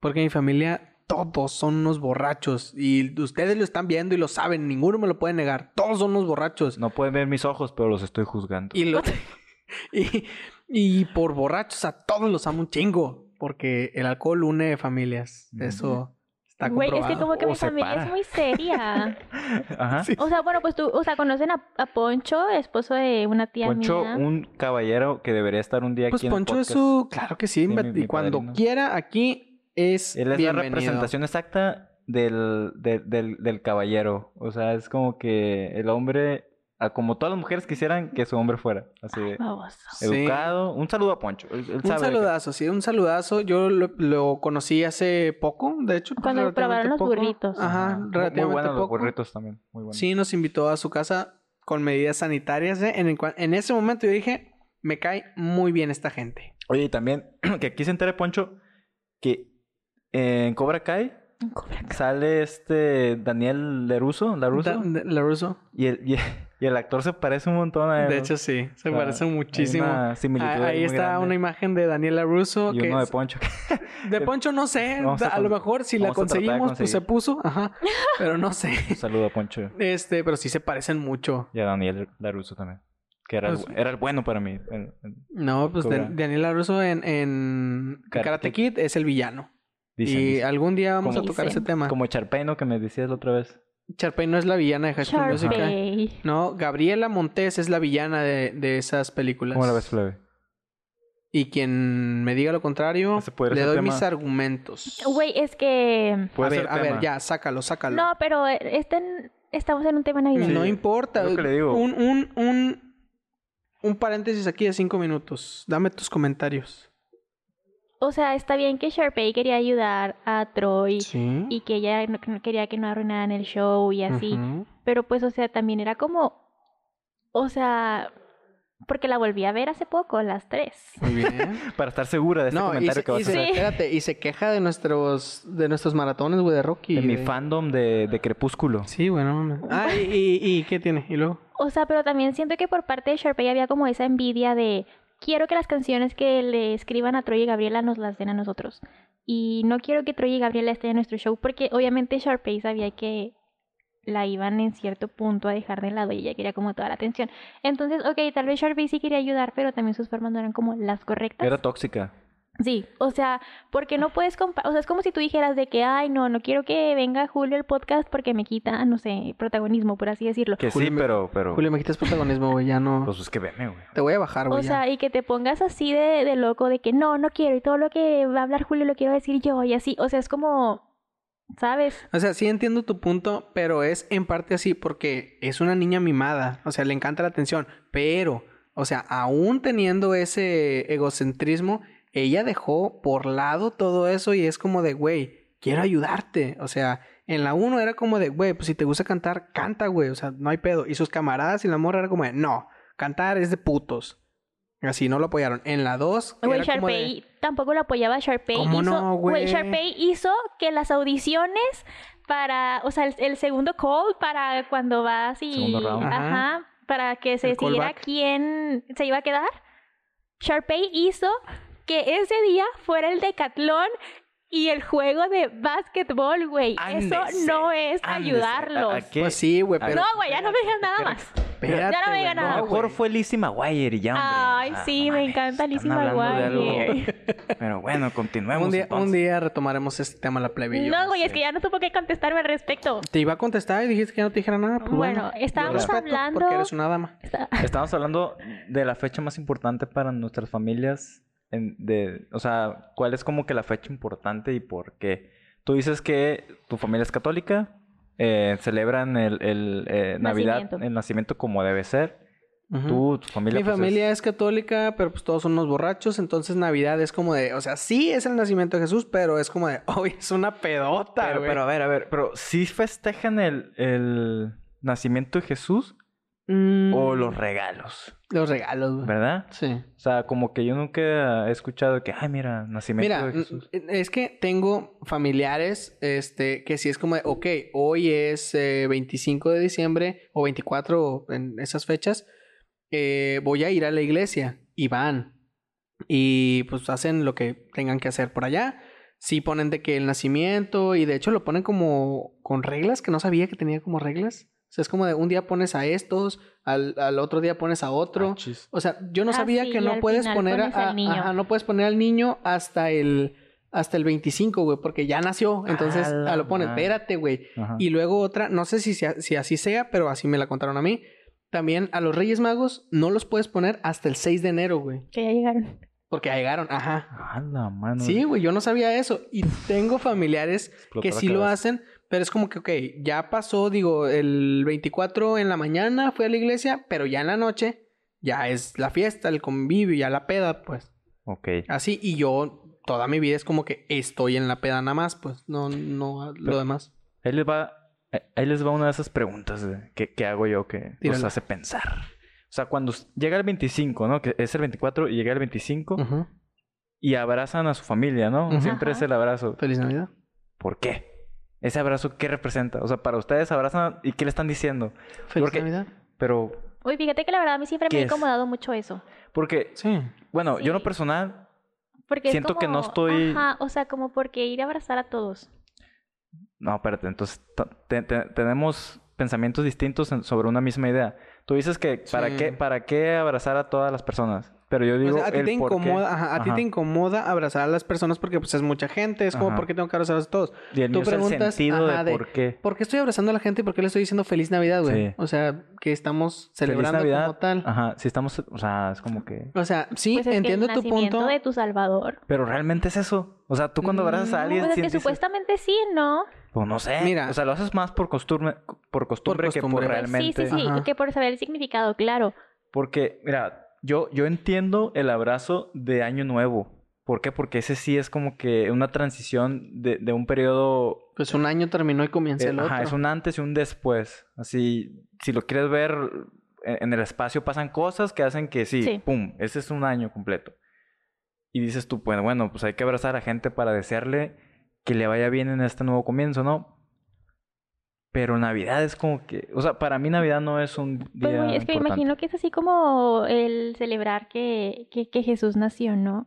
Porque mi familia, todos son unos borrachos. Y ustedes lo están viendo y lo saben, ninguno me lo puede negar. Todos son unos borrachos. No pueden ver mis ojos, pero los estoy juzgando. Y, lo- y, y por borrachos a todos los amo un chingo. Porque el alcohol une familias. Ujú. Eso está Güey, es comprobado. que como que O mi familia separa. es muy seria. Ajá. Sí. O sea, bueno, pues tú, o sea, conocen a, a Poncho, esposo de una tía Poncho, mía. un caballero que debería estar un día Pues aquí en el Poncho es podcast. su... Claro que sí. Sí, mi- y mi cuando padrino. quiera, aquí es Él es la bienvenido. representación exacta del, del, del, del caballero. O sea, es como que el hombre, a- como todas las mujeres quisieran que su hombre fuera. Así de Baboso. Sí. educado. Un saludo a Poncho. Él- él Un sabe de qué- saludazo, sí, un saludazo. Yo lo, lo conocí hace poco, de hecho. Cuando relativamente probaron los poco. burritos. Ajá, Muy- Muy relativamente buenos los poco. burritos también. Muy buenos. Sí, nos invitó a su casa con medidas sanitarias. ¿eh? En, el cual- en ese momento yo dije, me cae muy bien esta gente. Oye, y también que aquí se entere Poncho que eh, en Cobra Kai Un Cobra Kai. sale este Daniel Laruso, Laruso Da- de- Laruso. y, el, y, y el actor se parece un montón a él. De ¿no? hecho, sí, se O sea, parece hay muchísimo. una similitud Ah, ahí muy está grande. una imagen de Daniela Russo. y que uno de es- Poncho. de Poncho no sé, Vamos a a, lo con- mejor si la vamos a tratar de conseguimos, pues se puso, ajá, pero no sé. Un saludo a Poncho Este, pero sí se parecen mucho. y a Daniel Laruso también. Que era, el, Pues- bu- era el bueno para mí. el- el- No, pues Cobra. Dan- Daniel LaRusso en, en Karate Karate Kid. Kid es el villano. y dicen, ah, dicen. algún día vamos a Como- tocar Dicen. ese tema. Como Charpeino que me decías la otra vez. Charpey no es la villana de High School Musical. Sharpay. No, Gabriela Montes es la villana de, de esas películas. ¿Cómo la ves, Flave? Y quien me diga lo contrario, Ese podría le ser doy tema. mis argumentos. Güey, es que... a Puede ver, ser a ver, tema. ya, sácalo, sácalo. Mm, No, pero este, en- estamos en un tema navideño. No Sí, importa. es lo que le digo. Un, un, un, un paréntesis aquí de cinco minutos. Dame tus comentarios. O sea, está bien que Sharpay quería ayudar a Troy Sí. y que ella no, que no quería que no arruinaran el show y así. Ujú. Pero pues, o sea, también era como... O sea, Porque la volví a ver hace poco, las tres. Muy bien. Para estar segura de este No, y comentario se, que vas y a se- hacer. hacer. espérate, y se queja de nuestros, de nuestros maratones, güey, de Rocky. De mi güey. fandom de, de Crepúsculo. Sí, bueno, mames. Ah, y, y- y qué tiene? ¿Y luego? O sea, pero también siento que por parte de Sharpay había como esa envidia de quiero que las canciones que le escriban a Troy y Gabriela nos las den a nosotros. Y no quiero que Troy y Gabriela estén en nuestro show porque obviamente Sharpay sabía que la iban en cierto punto a dejar de lado y ella quería como toda la atención. Entonces, ok, tal vez Sharpay sí quería ayudar, pero también sus formas no eran como las correctas. Era tóxica. Sí, o sea, porque no puedes compa- o sea, es como si tú dijeras de que, ay, no, no quiero que venga Julio el podcast porque me quita, no sé, protagonismo, por así decirlo. Que Julio sí, me- pero, pero. Julio, me quitas protagonismo, güey, ya no. Pues es que veme, güey. Te voy a bajar, güey. O ya. sea, y que te pongas así de, de loco, de que no, no quiero, y todo lo que va a hablar Julio lo quiero decir yo, y así, o sea, es como, ¿sabes? O sea, sí entiendo tu punto, pero es en parte así porque es una niña mimada, o sea, le encanta la atención, pero, o sea, aún teniendo ese egocentrismo, ella dejó por lado todo eso y es como de, güey, quiero ayudarte, o sea, en la 1 era como de, güey, pues si te gusta cantar, canta, güey, o sea, no hay pedo. Y sus camaradas y la morra era como de, no, cantar es de putos. Así no lo apoyaron. En la 2 Güey, era como de- Sharpay tampoco lo apoyaba Sharpay. ¿Cómo hizo, no, güey? Sharpay hizo que las audiciones para, o sea, el, el segundo call para cuando vas y, Segundo round. ajá, Ajá. para que se El decidiera callback. quién se iba a quedar. Sharpay hizo que ese día fuera el decatlón y el juego de básquetbol, güey. Eso Ándese, no es ándese. ayudarlos. ¿A- a qué? Pues sí, güey, A pero... no, güey, ya no me digas nada más. Espérate, ya no me güey, digan no, Lo nada. güey. mejor fue Lizzie McGuire y ya, hombre. Ay, Ah, sí, no me mames, encanta están Lizzie hablando de algo. McGuire. Pero bueno, continuemos. Un día, entonces. un día retomaremos este tema la plebe y yo. No, güey, es sé. que ya no supo qué contestarme al respecto. Te iba a contestar y dijiste que no te dijera nada. pues bueno, Bueno, yo estábamos respeto hablando- Porque eres una dama. Está- Estamos hablando de la fecha más importante para nuestras familias. en- de, o sea, ¿cuál es como que la fecha importante y por qué? Tú dices que tu familia es católica, eh, celebran el, el, eh, Navidad, Nacimiento. el nacimiento como debe ser. Ujú. Tú, tu familia. Mi pues, familia es- es... católica, pero pues todos son unos borrachos. Entonces Navidad es como de, o sea, sí es el nacimiento de Jesús, pero es como de, hoy es una pedota, Pero, güey. pero a ver, a ver, pero ¿sí festejan el, el nacimiento de Jesús Mm, o los regalos? los regalos, güey. ¿Verdad? Sí. O sea, como que yo nunca he escuchado que, ay, mira, nacimiento Mira, de Jesús. n- n- es que tengo familiares este, que si es como, de, ok, hoy es eh, 25 de diciembre o 24 o en esas fechas, eh, voy a ir a la iglesia y van. Y pues hacen lo que tengan que hacer por allá. Sí ponen de que el nacimiento y de hecho lo ponen como con reglas que no sabía que tenía como reglas. O sea, es como de un día pones a estos, al, al otro día pones a otro. Achis. O sea, yo no Ah, sabía sí, que y no al puedes final poner a- pones al a- niño. ajá, no puedes poner al niño hasta el hasta el 25, güey, porque ya nació, entonces A la ah, lo pones, madre. espérate, güey. Ajá. Y luego otra, no sé si, sea- si así sea, pero así me la contaron a mí. También a los Reyes Magos no los puedes poner hasta el 6 de enero, güey, Que ya llegaron. porque ya llegaron, ajá. A Ah, la mano. Sí, güey, yo no sabía eso y tengo familiares Explotó que la sí lo cabeza. hacen, pero es como que, ok, ya pasó, digo, el 24 en la mañana fui a la iglesia, pero ya en la noche ya es la fiesta, el convivio, ya la peda, pues. Ok. Así, y yo toda mi vida es como que estoy en la peda nada más, pues, no, no lo Pero- demás. Ahí les va, eh, ahí les va una de esas preguntas de- que, que hago yo que nos Tírala. hace pensar. O sea, cuando s- llega el 25, ¿no? Que es el 24 y llega el 25 Ujú. y abrazan a su familia, ¿no? Mm. Ujú. Siempre es Ajá. el abrazo. Feliz Navidad. ¿Por qué? Ese abrazo, ¿qué representa? O sea, para ustedes abrazan y ¿qué le están diciendo? Feliz Porque- Navidad. Pero, Uy, fíjate que la verdad a mí siempre ¿Qué me ha es? incomodado mucho eso. porque, Sí. bueno, yo en lo Sí. personal, Porque es Siento que no como, estoy- Ajá, o sea, como porque ir a abrazar a todos. No, espérate, entonces ta- te- te- tenemos pensamientos distintos en- sobre una misma idea. Tú dices que para Sí. qué para qué abrazar a todas las personas, pero yo digo O sea, a ti el te por qué. incomoda, ajá, a ti Ajá. te incomoda abrazar a las personas porque pues es mucha gente, es como Ajá. ¿por qué tengo que abrazar a todos? y el tú mío es el preguntas, sentido ajá, de de- por qué. ¿Por qué estoy abrazando a la gente y por qué le estoy diciendo feliz Navidad, güey? Sí. O sea, que estamos Feliz celebrando Navidad. como tal. Ajá, si estamos, o sea, es como que O sea, sí, Pues es que entiendo el tu nacimiento punto. de tu salvador. pero realmente es eso. O sea, tú cuando abrazas a No, alguien Pues es que sientes supuestamente sí, ¿no? pues no sé, Mira. o sea, lo haces más por costumbre por costumbre, que costumbre. por Pues Sí, realmente. sí, sí. Ajá. Que por saber el significado, claro. Porque mira, yo yo entiendo el abrazo de año nuevo. ¿Por qué? Porque ese sí es como que una transición de, de un periodo Pues un año terminó y comencé Eh, el otro. Ajá, es un antes y un después. Así, si lo quieres ver en en el espacio pasan cosas que hacen que sí, Sí. pum, ese es un año completo. Y dices tú, pues bueno, pues hay que abrazar a gente para desearle que le vaya bien en este nuevo comienzo, ¿no? Pero Navidad es como que, o sea, para mí Navidad no es un día Pues muy- es que importante. imagino que es así como el celebrar que, que, que Jesús nació, ¿no?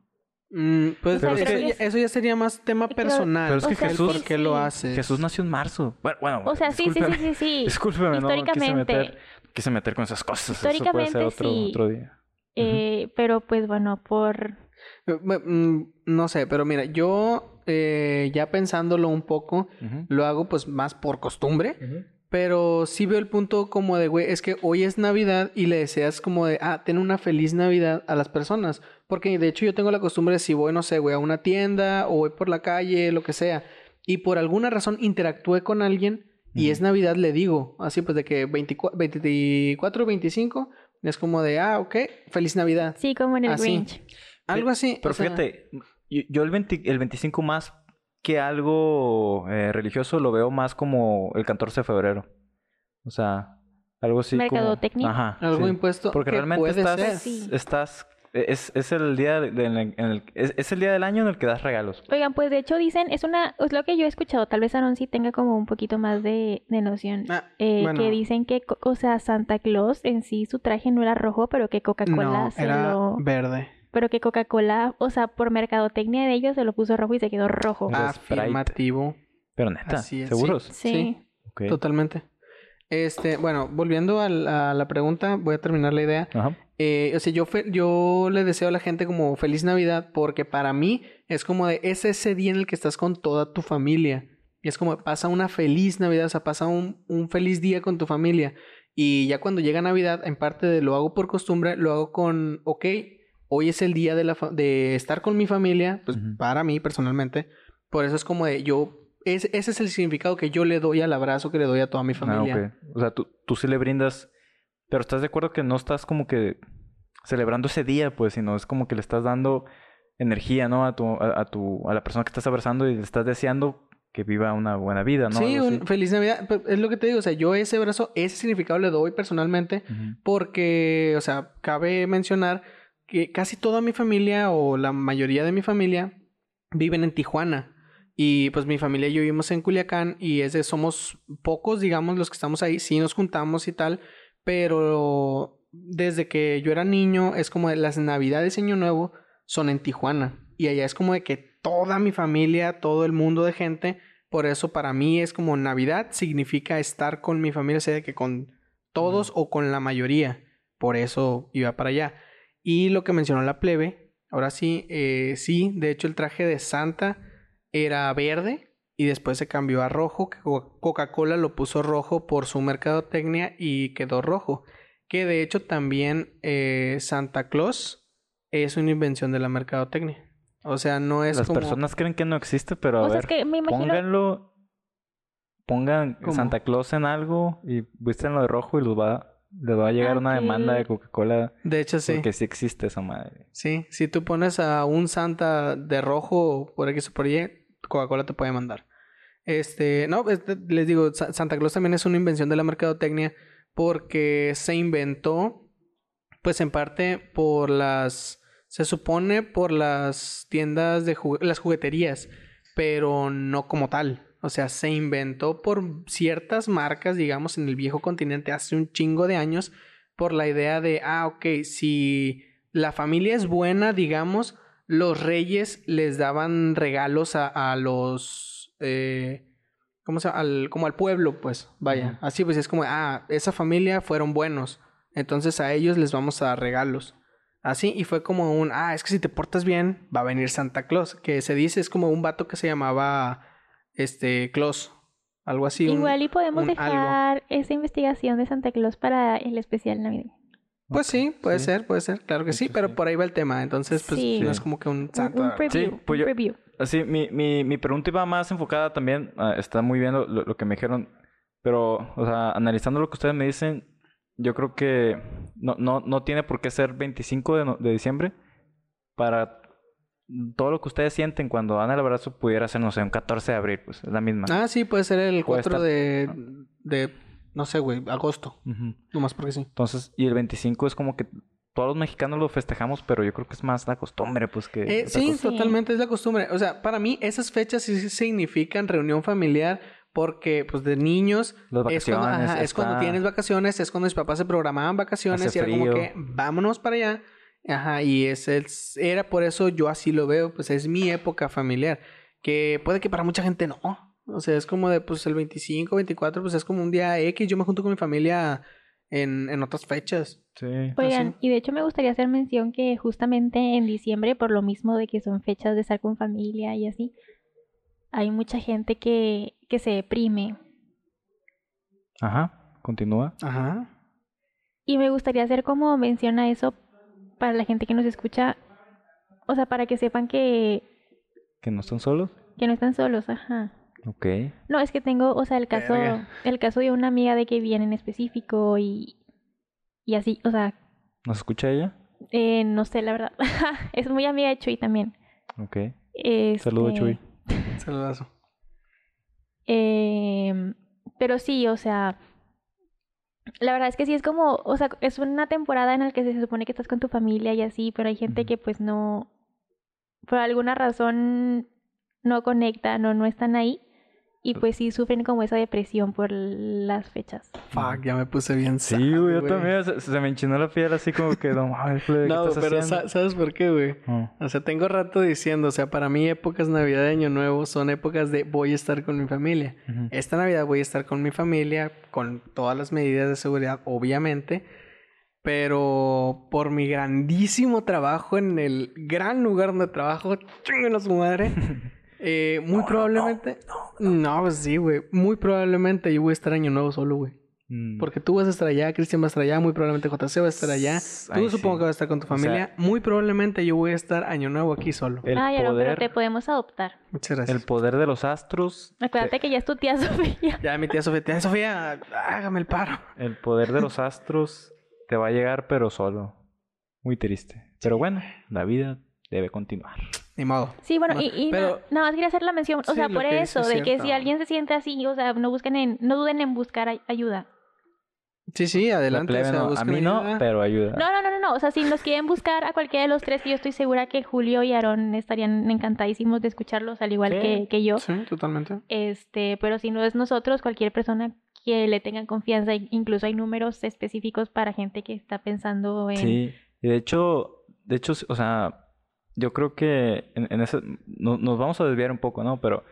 Mm, pues Pero eso, es que- ya, eso ya sería más tema Pero- personal. Pero es que el Jesús- ¿Por qué sí, lo sí. hace? Jesús nació en marzo. Bueno, bueno, O sea, sí, sí, discúlpeme. sí, sí, sí. Discúlpeme, no, no quise Históricamente. meter, quise meter con esas cosas. Eso puede ser Históricamente, otro, sí. otro día. Eh, pero pues bueno, por... Eh, me- mm, No sé, pero mira, yo eh, ya pensándolo un poco, Ujú. lo hago pues más por costumbre. Pero sí veo el punto como de, güey, es que hoy es Navidad y le deseas como de, ah, ten una feliz Navidad a las personas. Porque de hecho yo tengo la costumbre de si voy, no sé, güey, a una tienda o voy por la calle, lo que sea, y por alguna razón interactué con alguien y Ujú. es Navidad, le digo, así pues de que 24, 24 25, es como de, ah, ok, feliz Navidad. Sí, como Ah, en el Así. Grinch. Algo así. Pero o sea, fíjate, yo, yo el, 20 el 25 más que algo eh, religioso lo veo más como el 14 de febrero. O sea, algo así como... Mercadotecnia. Ajá. algo sí. impuesto. Porque que realmente puede estás... ser. Pues Sí. estás es, es el día del- en el, en el- es, es el día del año en el que das regalos. Oigan, pues de hecho dicen, es una, es lo que yo he escuchado, tal vez Aaron sí tenga como un poquito más de, de noción, Ah, eh, bueno. que dicen que, co- o sea, Santa Claus en sí su traje no era rojo, pero que Coca-Cola No, se era lo, verde. pero que Coca-Cola, o sea, por mercadotecnia de ellos se lo puso rojo y se quedó rojo. Ah, Era Sprite. Afirmativo. Pero neta, Así es, sí. ¿seguros? sí. sí. Ok. Totalmente. Este, bueno, volviendo a la, a la pregunta, voy a terminar la idea. Ajá. Eh, o sea, yo, fe- yo le deseo a la gente como feliz Navidad porque para mí es como de es ese día en el que estás con toda tu familia. Y es como pasa una feliz Navidad, o sea, pasa un, un feliz día con tu familia. Y ya cuando llega Navidad, en parte de lo hago por costumbre, lo hago con, ok, hoy es el día de, la fa- de estar con mi familia, pues Ujú. para mí personalmente. Por eso es como de yo, es, ese es el significado que yo le doy al abrazo que le doy a toda mi Ah, familia. ok. O sea, tú, tú sí le brindas, pero estás de acuerdo que no estás como que celebrando ese día, pues, sino es como que le estás dando energía, ¿no? A tu, a, a tu, a la persona que estás abrazando y le estás deseando que viva una buena vida, Ah, ¿no? Sí, Algo así. un feliz Navidad. pero Es lo que te digo, o sea, yo ese brazo, ese significado le doy personalmente Ujú. porque, o sea, cabe mencionar que casi toda mi familia o la mayoría de mi familia viven en Tijuana. Y pues mi familia y yo vivimos en Culiacán y es de- somos pocos, digamos, los que estamos ahí. Sí nos juntamos y tal, pero desde que yo era niño es como de las Navidades y Año Nuevo son en Tijuana. Y allá es como de que toda mi familia, todo el mundo de gente, por eso para mí es como Navidad significa estar con mi familia, sea de que con todos o con la mayoría. Por eso iba para allá. Y lo que mencionó la plebe, ahora sí, eh, sí, de hecho el traje de Santa era verde y después se cambió a rojo, que Co- Coca-Cola lo puso rojo por su mercadotecnia y quedó rojo. Que de hecho también eh, Santa Claus es una invención de la mercadotecnia. O sea, no es Las como... Pues personas creen que no existe, pero a O sea, ver, es que me imagino, pónganlo, pongan ¿Cómo? Santa Claus en algo y vístanlo de rojo y los va, les va a llegar una Ok. demanda de Coca-Cola De hecho, Ah, sí. porque sí existe esa madre. Sí, si tú pones a un Santa de rojo por X o por Y, Coca-Cola te puede mandar. Este, no, este, les digo, Sa- Santa Claus también es una invención de la mercadotecnia porque se inventó, pues en parte por las, se supone por las tiendas de jugu- las jugueterías, pero no como tal. O sea, se inventó por ciertas marcas, digamos, en el viejo continente hace un chingo de años por la idea de, ah, ok, si la familia es buena, digamos, los reyes les daban regalos a, a los... eh, ¿Cómo se llama? Al, como al pueblo, pues, vaya. Ujú. Así pues es como, ah, esa familia fueron buenos. Entonces a ellos les vamos a dar regalos. Así, y fue como un, ah, es que si te portas bien, va a venir Santa Claus. Que se dice, es como un vato que se llamaba, este, Claus. Algo así. un- igual y podemos un algo. dejar esa investigación de Santa Claus para el especial navideño. Pues sí, puede sí. ser, puede ser, claro que De sí, hecho, pero sí. por ahí va el tema, entonces pues Sí. no es como que un santo. Un, un preview, un pues yo- preview. Así, mi, mi, mi pregunta iba más enfocada también, ah, está muy bien lo, lo- lo que me dijeron, pero, o sea, analizando lo que ustedes me dicen, yo creo que no, no, no tiene por qué ser 25 de, no- de diciembre para todo lo que ustedes sienten cuando dan el abrazo pudiera ser, no sé, un 14 de abril, pues es la misma. Ah, sí, puede ser el Puede 4 estar- de, de No sé, güey, agosto. Ujú. Nomás porque sí. Entonces, y el 25 es como que todos los mexicanos lo festejamos, pero yo creo que es más la costumbre, pues que. Eh, otra sí, cosa. cosa. totalmente, es la costumbre. O sea, para mí esas fechas sí significan reunión familiar porque, pues, de niños Las es cuando, vacaciones, ajá, es cuando está- tienes vacaciones, es cuando mis papás se programaban vacaciones y Hace era como frío. que vámonos para allá. Ajá, y es, es- era por eso yo así lo veo, pues es mi época familiar, que puede que para mucha gente no. O sea, es como de, pues el 25, 24, pues es como un día X, yo me junto con mi familia en, en otras fechas. Sí. Oigan, Así. y de hecho me gustaría hacer mención que justamente en diciembre, por lo mismo de que son fechas de estar con familia y así, hay mucha gente que, que se deprime. Ajá. Continúa. Ajá. Y me gustaría hacer como mención a eso para la gente que nos escucha, o sea, para que sepan que, Que no están solos. que no están solos, ajá. Ok. No, es que tengo, o sea, el caso, Verga. el caso de una amiga de que viene en específico y, y así, o sea, ¿Nos escucha ella? eh, no sé, la verdad. es muy amiga de Chuy también. Ok. Este, Saludos, Chuy. Saludazo. Em, pero sí, o sea, la verdad es que sí es como, o sea, es una temporada en la que se supone que estás con tu familia y así, pero hay gente Ujú. que pues no, por alguna razón no conectan o no están ahí y pues sí sufren como esa depresión por las fechas. Fuck, ya me puse bien Sí, sad, güey, yo también. Se, se me enchinó la piel así como que, no mames, Fle, ¿qué No, estás pero haciendo? sa- ¿sabes por qué, güey? Oh, O sea, tengo rato diciendo, o sea, para mí épocas Navidad y Año Nuevo son épocas de voy a estar con mi familia. ujú. Esta Navidad voy a estar con mi familia, con todas las medidas de seguridad, obviamente, pero por mi grandísimo trabajo en el gran lugar donde trabajo, chinguen a su madre, eh, muy probablemente... No, pues sí, güey, muy probablemente yo voy a estar Año Nuevo solo, güey. Mm. Porque tú vas a estar allá, Cristian va a estar allá, muy probablemente JC va a estar allá. S- Tú ay, supongo sí. que vas a estar con tu sea- familia. muy probablemente yo voy a estar año nuevo aquí solo. El Ay, Aaron, pero poder, te podemos adoptar. Muchas gracias. el poder de los astros. Acuérdate que ya es tu tía Sofía. Ya mi tía Sofía, tía Sofía, hágame el paro. El poder de los astros te va a llegar, pero solo. Muy triste. Pero bueno, la vida debe continuar. Ni modo. Sí, bueno, Ma- y, y na- pero- nada más quería hacer la mención, o Sí, sea, lo por que dices eso, es de que si cierto. alguien se siente así, o sea, no busquen en, no duden en buscar ay- ayuda. Sí, sí, La adelante. plebe o sea, no, a busquen mí no, ayuda. pero ayuda. No, no, no, no, no. O sea, si nos quieren buscar a cualquiera de los tres, que yo estoy segura que Julio y Aarón estarían encantadísimos de escucharlos, al igual Sí. que, que yo. Sí, totalmente. Este, pero si no es nosotros, cualquier persona que le tengan confianza, y- incluso hay números específicos para gente que está pensando en Sí, y de hecho, de hecho, o sea, yo creo que en, en ese, no- nos vamos a desviar un poco, ¿no? Pero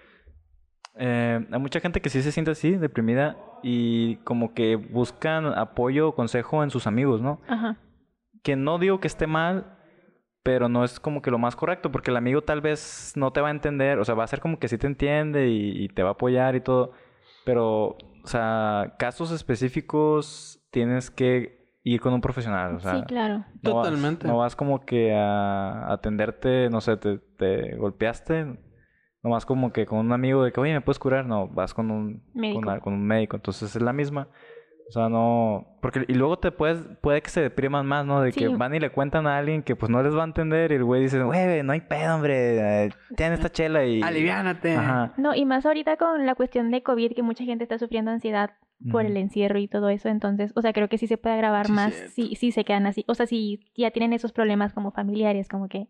eh, hay mucha gente que sí se siente así, deprimida, y como que buscan apoyo o consejo en sus amigos, ¿no? Ajá. Que no digo que esté mal, pero no es como que lo más correcto, porque el amigo tal vez no te va a entender, o sea, va a ser como que sí te entiende y, y te va a apoyar y todo, pero, o sea, casos específicos tienes que ir con un profesional, o sea. sí, claro. No vas- Totalmente. no vas como que a atenderte, no sé, te, te golpeaste. No vas como que con un amigo de que, oye, ¿me puedes curar? No, vas con un Médico. Con, al- con un médico. Entonces es la misma. O sea, no... Porque, y luego te puedes... Puede que se depriman más, ¿no? De que Sí. van y le cuentan a alguien que pues no les va a entender. Y el güey dice, güey, no hay pedo, hombre. eh, Ten esta chela y... Aliviánate. Ajá. No, y más ahorita con la cuestión de COVID, que mucha gente está sufriendo ansiedad por el Ujú. encierro y todo eso, entonces, o sea, creo que sí se puede agravar Sí, más cierto. si, si se quedan así, o sea, si ya tienen esos problemas como familiares, como que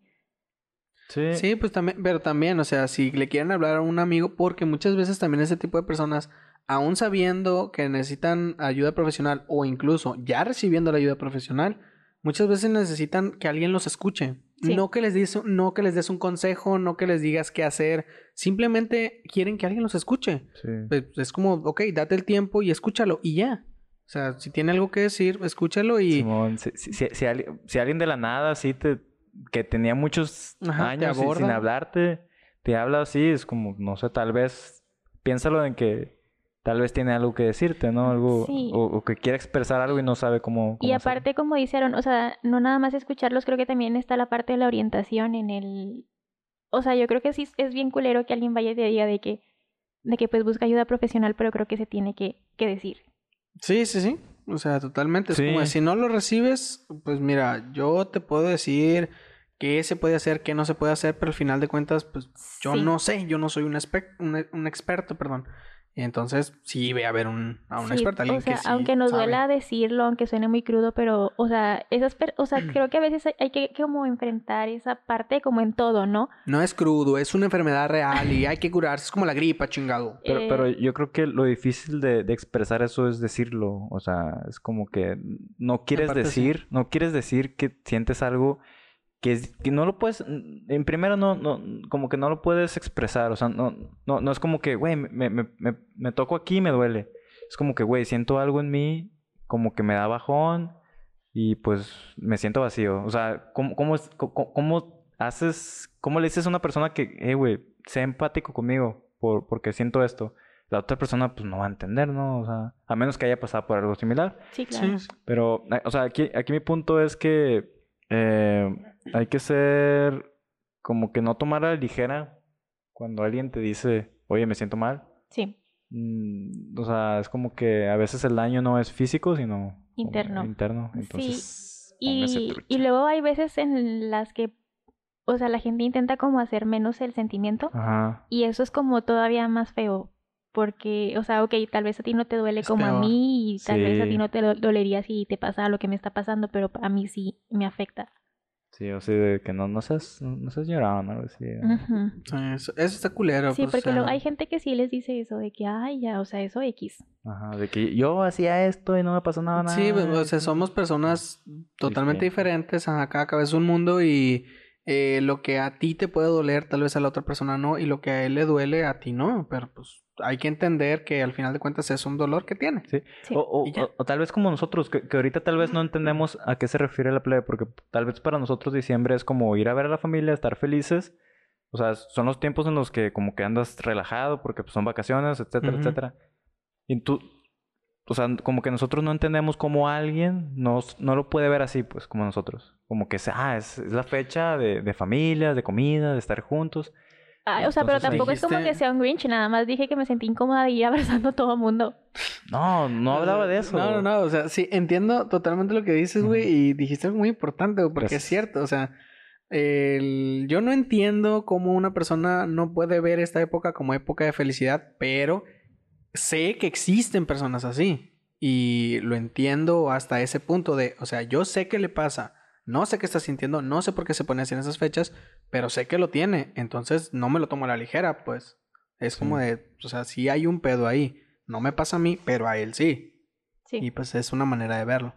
Sí. Sí, pues también, pero también, o sea, si le quieren hablar a un amigo, porque muchas veces también ese tipo de personas, aún sabiendo que necesitan ayuda profesional o incluso ya recibiendo la ayuda profesional, muchas veces necesitan que alguien los escuche. Sí. No que les des, no que les des un consejo, no que les digas qué hacer, simplemente quieren que alguien los escuche. Sí. Pues, es como, ok, date el tiempo y escúchalo y ya. O sea, si tiene algo que decir, escúchalo y Simón, si, si- si- si ali- si alguien de la nada así te que tenía muchos Ajá, te años y sin aborda. hablarte, te habla así, es como, no sé, tal vez, piénsalo en que tal vez tiene algo que decirte, ¿no? Algo, Sí. o, o que quiere expresar algo y no sabe cómo. Y cómo hacerlo. aparte, como dijeron, o sea, no nada más escucharlos, creo que también está la parte de la orientación en el... O sea, yo creo que sí es bien culero que alguien vaya y te diga de que, de que pues busca ayuda profesional, pero creo que se tiene que, que decir. Sí, sí, sí. O sea, totalmente. Es Sí. como de, si no lo recibes, pues mira, yo te puedo decir qué se puede hacer, qué no se puede hacer, pero al final de cuentas, pues yo Sí. no sé, yo no soy un, espe- un, un experto, perdón. Entonces, sí, ve a ver un, a un Sí, experto, alguien o sea, que sí aunque nos sabe. duela decirlo, aunque suene muy crudo, pero, o sea, esas, per- o sea, creo que a veces hay- hay que como enfrentar esa parte como en todo, ¿no? No es crudo, es una enfermedad real y hay que curarse. Es como la gripa, chingado. Pero, Eh, pero yo creo que lo difícil de, de expresar eso es decirlo. O sea, es como que no quieres parte sí. decir, no quieres decir que sientes algo que, es- que no lo puedes. En primero, no, no, como que no lo puedes expresar. O sea, no, no, no es como que, güey, me, me, me, me toco aquí y me duele. Es como que, güey, siento algo en mí, como que me da bajón y pues me siento vacío. O sea, ¿cómo, cómo, es- co- co- cómo haces, cómo le dices a una persona que, hey, güey, sea empático conmigo por, porque siento esto? La otra persona pues no va a entender, ¿no? O sea, a menos que haya pasado por algo similar. sí, claro. Sí. Pero, eh, o sea, aquí, aquí mi punto es que eh, hay que ser como que no tomar a la ligera cuando alguien te dice, oye, me siento mal. Sí, Mm, o sea, es como que a veces el daño no es físico, sino como Interno. interno. Sí. Entonces, póngase Y, trucha. y luego hay veces en las que, o sea, la gente intenta como hacer menos el sentimiento Ajá. y eso es como todavía más feo. Porque, o sea, ok, tal vez a ti no te duele Es como a peor. mí y tal vez a ti Sí. no te do- dolería si te pasa lo que me está pasando, pero a mí sí me afecta. Sí, o sea, de que no, no seas, no seas llorón, algo así. ¿no? Ujú. Sí, Eso, eso está culero. Sí, pues, o porque sea, luego hay gente que sí les dice eso, de que, ay, ya, o sea, eso X. Ajá, de que yo hacía esto y no me pasó nada. Sí, pues, nada. o sea, somos personas totalmente diferentes. Ajá, cada cabeza es un mundo y eh, lo que a ti te puede doler, tal vez a la otra persona no. Y lo que a él le duele, a ti no. Pero pues hay que entender que al final de cuentas es un dolor que tiene. Sí. O, o- Y ya. o- o tal vez como nosotros, que, que ahorita tal vez no entendemos a qué se refiere la plebe, porque tal vez para nosotros diciembre es como ir a ver a la familia, estar felices. O sea, son los tiempos en los que como que andas relajado porque pues, son vacaciones, etcétera, Ujú. etcétera. Y tú, o sea, como que nosotros no entendemos cómo alguien nos, no lo puede ver así, pues, como nosotros. Como que es, ah, es, es la fecha de, de familia, de comida, de estar juntos. Ay, o sea, pero Entonces, tampoco es como dijiste- que sea un Grinch, nada más dije que me sentí incómoda de ir abrazando a todo mundo. No, no hablaba de eso. No, no, no. O sea, sí, entiendo totalmente lo que dices, güey. Ajá. Y dijiste algo muy importante, güey, porque Gracias. es cierto. O sea, el- yo no entiendo cómo una persona no puede ver esta época como época de felicidad, pero sé que existen personas así. Y lo entiendo hasta ese punto de, o sea, yo sé qué le pasa. No sé qué está sintiendo, no sé por qué se pone así en esas fechas, pero sé que lo tiene. Entonces no me lo tomo a la ligera, pues. Es como Sí. de, o sea, sí hay un pedo ahí. No me pasa a mí, pero a él sí. Sí. Y pues es una manera de verlo.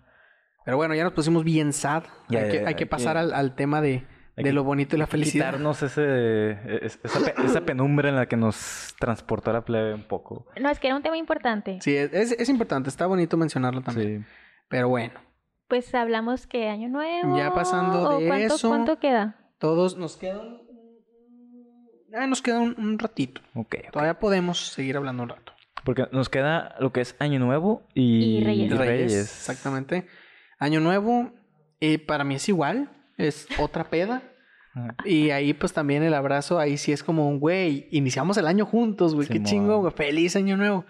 Pero bueno, ya nos pusimos bien sad. Ya, hay, ya, que, ya, hay que hay pasar que- al, al tema de, de Hay que lo bonito y la felicidad. quitarnos ese, e-, es- esa, pe- esa penumbra en la que nos transportó la plebe un poco. No, es que era un tema importante. Sí, es, es- es importante, está bonito mencionarlo también. Pero bueno, Pues hablamos que año nuevo. Ya pasando ¿o de cuánto, eso. ¿Cuánto queda? todos nos quedan. Ah, nos queda un, un ratito. Sí, ok. ok. Todavía podemos seguir hablando un rato. Porque nos queda lo que es Año Nuevo y, Y Reyes. Y Reyes, exactamente. Año Nuevo, eh, para mí es igual, es otra peda. Ajá. Y ahí pues también el abrazo, ahí sí es como un güey, iniciamos el año juntos, güey, qué Simón. chingo, güey, feliz año nuevo.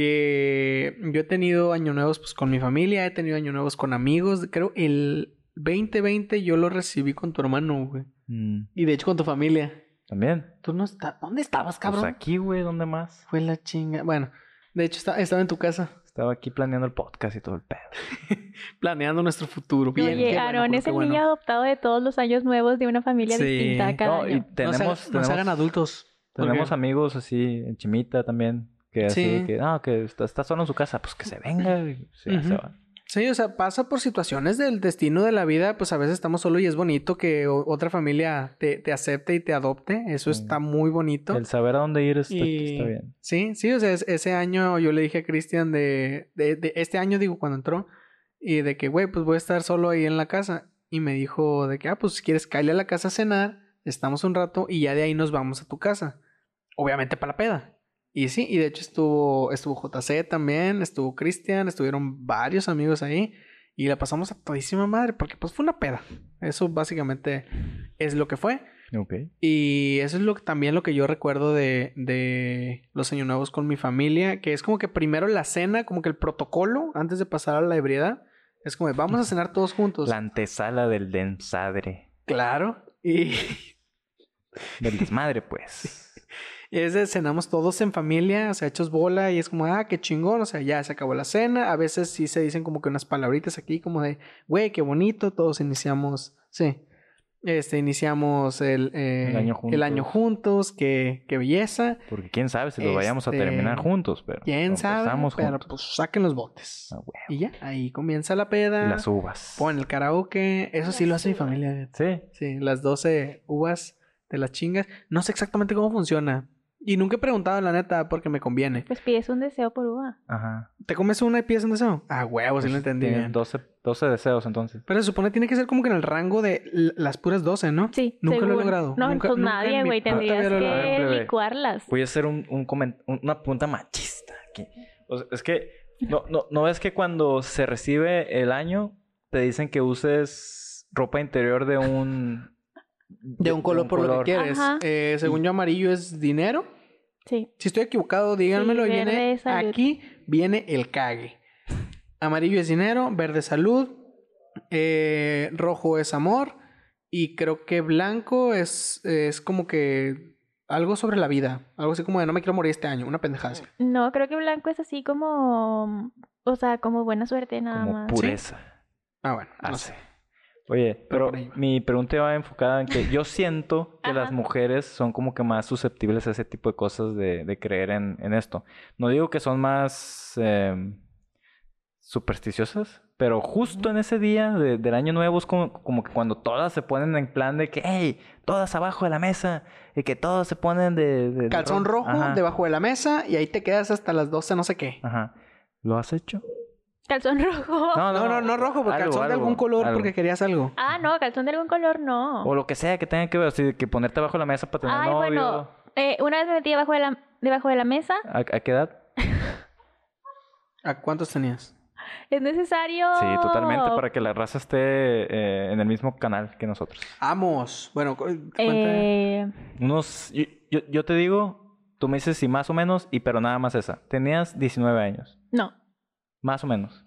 Que yo he tenido año nuevos pues con mi familia, he tenido año nuevos con amigos, creo el 2020 yo lo recibí con tu hermano, güey. Mm, Y de hecho con tu familia. También. ¿Tú no estás? ¿Dónde estabas, Pues cabrón? aquí, güey, ¿dónde más? Fue la chinga. Bueno, de hecho esta- estaba en tu casa Estaba aquí planeando el podcast y todo el pedo. planeando nuestro futuro. Bien, Oye, qué bueno, Aaron Julio, es qué el bueno. niño adoptado de todos los años nuevos de una familia Sí. distinta cada No, y año. No se tenemos, hagan- no tenemos, se hagan adultos. tenemos porque- amigos así, en Chimita también, que así, Sí. que, no, que está, está solo en su casa, pues que se venga. y se- Ujú. se va. Sí, o sea, pasa por situaciones del destino de la vida, pues a veces estamos solos y es bonito que o- otra familia te, te acepte y te adopte, eso Sí. está muy bonito. El saber a dónde ir está, Y- está bien. Sí, sí, o sea, es- ese año yo le dije a Cristian de, de, de este año, digo, cuando entró, y de que, güey, pues voy a estar solo ahí en la casa. Y me dijo de que, ah, pues si quieres, cállale a la casa a cenar, estamos un rato y ya de ahí nos vamos a tu casa. Obviamente para la peda. Y sí, y de hecho estuvo, estuvo JC también, estuvo Cristian, estuvieron varios amigos ahí y la pasamos a todísima madre porque pues fue una peda. Eso básicamente es lo que fue. Ok. Y eso es lo que- también lo que yo recuerdo de, de los años nuevos con mi familia, que es como que primero la cena, como que el protocolo antes de pasar a la ebriedad, es como de, vamos a cenar todos juntos. La antesala del densadre. Claro. Y, Del desmadre, pues. Es de cenamos todos en familia, o sea, hechos bola y es como, ah, qué chingón, o sea, ya se acabó la cena. A veces sí se dicen como que unas palabritas aquí, como de, güey, qué bonito, todos iniciamos, sí. Este, iniciamos el, eh, El año juntos. año juntos, qué, qué belleza. Porque quién sabe si lo vayamos a Este, terminar juntos, pero. ¿Quién lo sabe? empezamos Pero juntos. pues saquen los botes. Ah, güey. Y ya, ahí comienza la peda. Las uvas. Pon el karaoke. Eso sí lo hace mi familia. fíjate. Sí. Sí, las 12 uvas de las chingas. No sé exactamente cómo funciona. Y nunca he preguntado, la neta, porque me conviene. Pues pides un deseo por uva. Ajá. ¿Te comes una y pides un deseo? Ah, huevo, sí Pues lo entendí. tienes bien. 12, 12 deseos entonces. Pero se supone que tiene que ser como que en el rango de l- las puras 12, ¿no? Sí, Nunca lo he según. logrado. No, Nunca- pues nunca en nadie, mi güey, puta tendrías vida lo logré, que plebe. licuarlas. Voy a hacer un, un comen- un- una punta machista aquí. O sea, es que. No, no, ¿No ves que cuando se recibe el año te dicen que uses ropa interior de un. De un color por lo que quieres. Ajá. Eh, según yo, amarillo es dinero. Sí. Si estoy equivocado, díganmelo. Sí, viene- verde es salud. aquí viene el cague. Amarillo es dinero, verde es salud, eh, rojo es amor y creo que blanco es, es como que algo sobre la vida. Algo así como de no me quiero morir este año, una pendejada. así. No, creo que blanco es así como. O sea, como buena suerte nada Como más. pureza. Ah, bueno, no Hace. sé. Oye, pero por ahí va. mi pregunta va enfocada en que yo siento que las Ajá. mujeres son como que más susceptibles a ese tipo de cosas de, de creer en, en esto. No digo que son más eh, supersticiosas, pero justo en ese día de- del año nuevo es como, como que cuando todas se ponen en plan de que, hey, todas abajo de la mesa, y que todos se ponen de... de- de Calzón ro- rojo Ajá, debajo de la mesa y ahí te quedas hasta las 12, no sé qué. Ajá. ¿Lo has hecho? Calzón rojo. No, no, no rojo, porque algo, calzón de algo, algún color algo. porque querías algo. Ah, no, calzón de algún color no. O lo que sea que tenga que ver, así de que ponerte abajo de la mesa para tener Ay, novio. bueno. Eh, una vez me metí debajo de la, debajo de la mesa. ¿A, a qué edad? ¿A cuántos tenías? Es necesario. Sí, totalmente, Oh. para que la raza esté eh, en el mismo canal que nosotros. Amos. Bueno, cu- cuenta. Eh, Unos, yo, yo- yo te digo, tú me dices si más o menos, y pero nada más esa. Tenías 19 años, no, más o menos.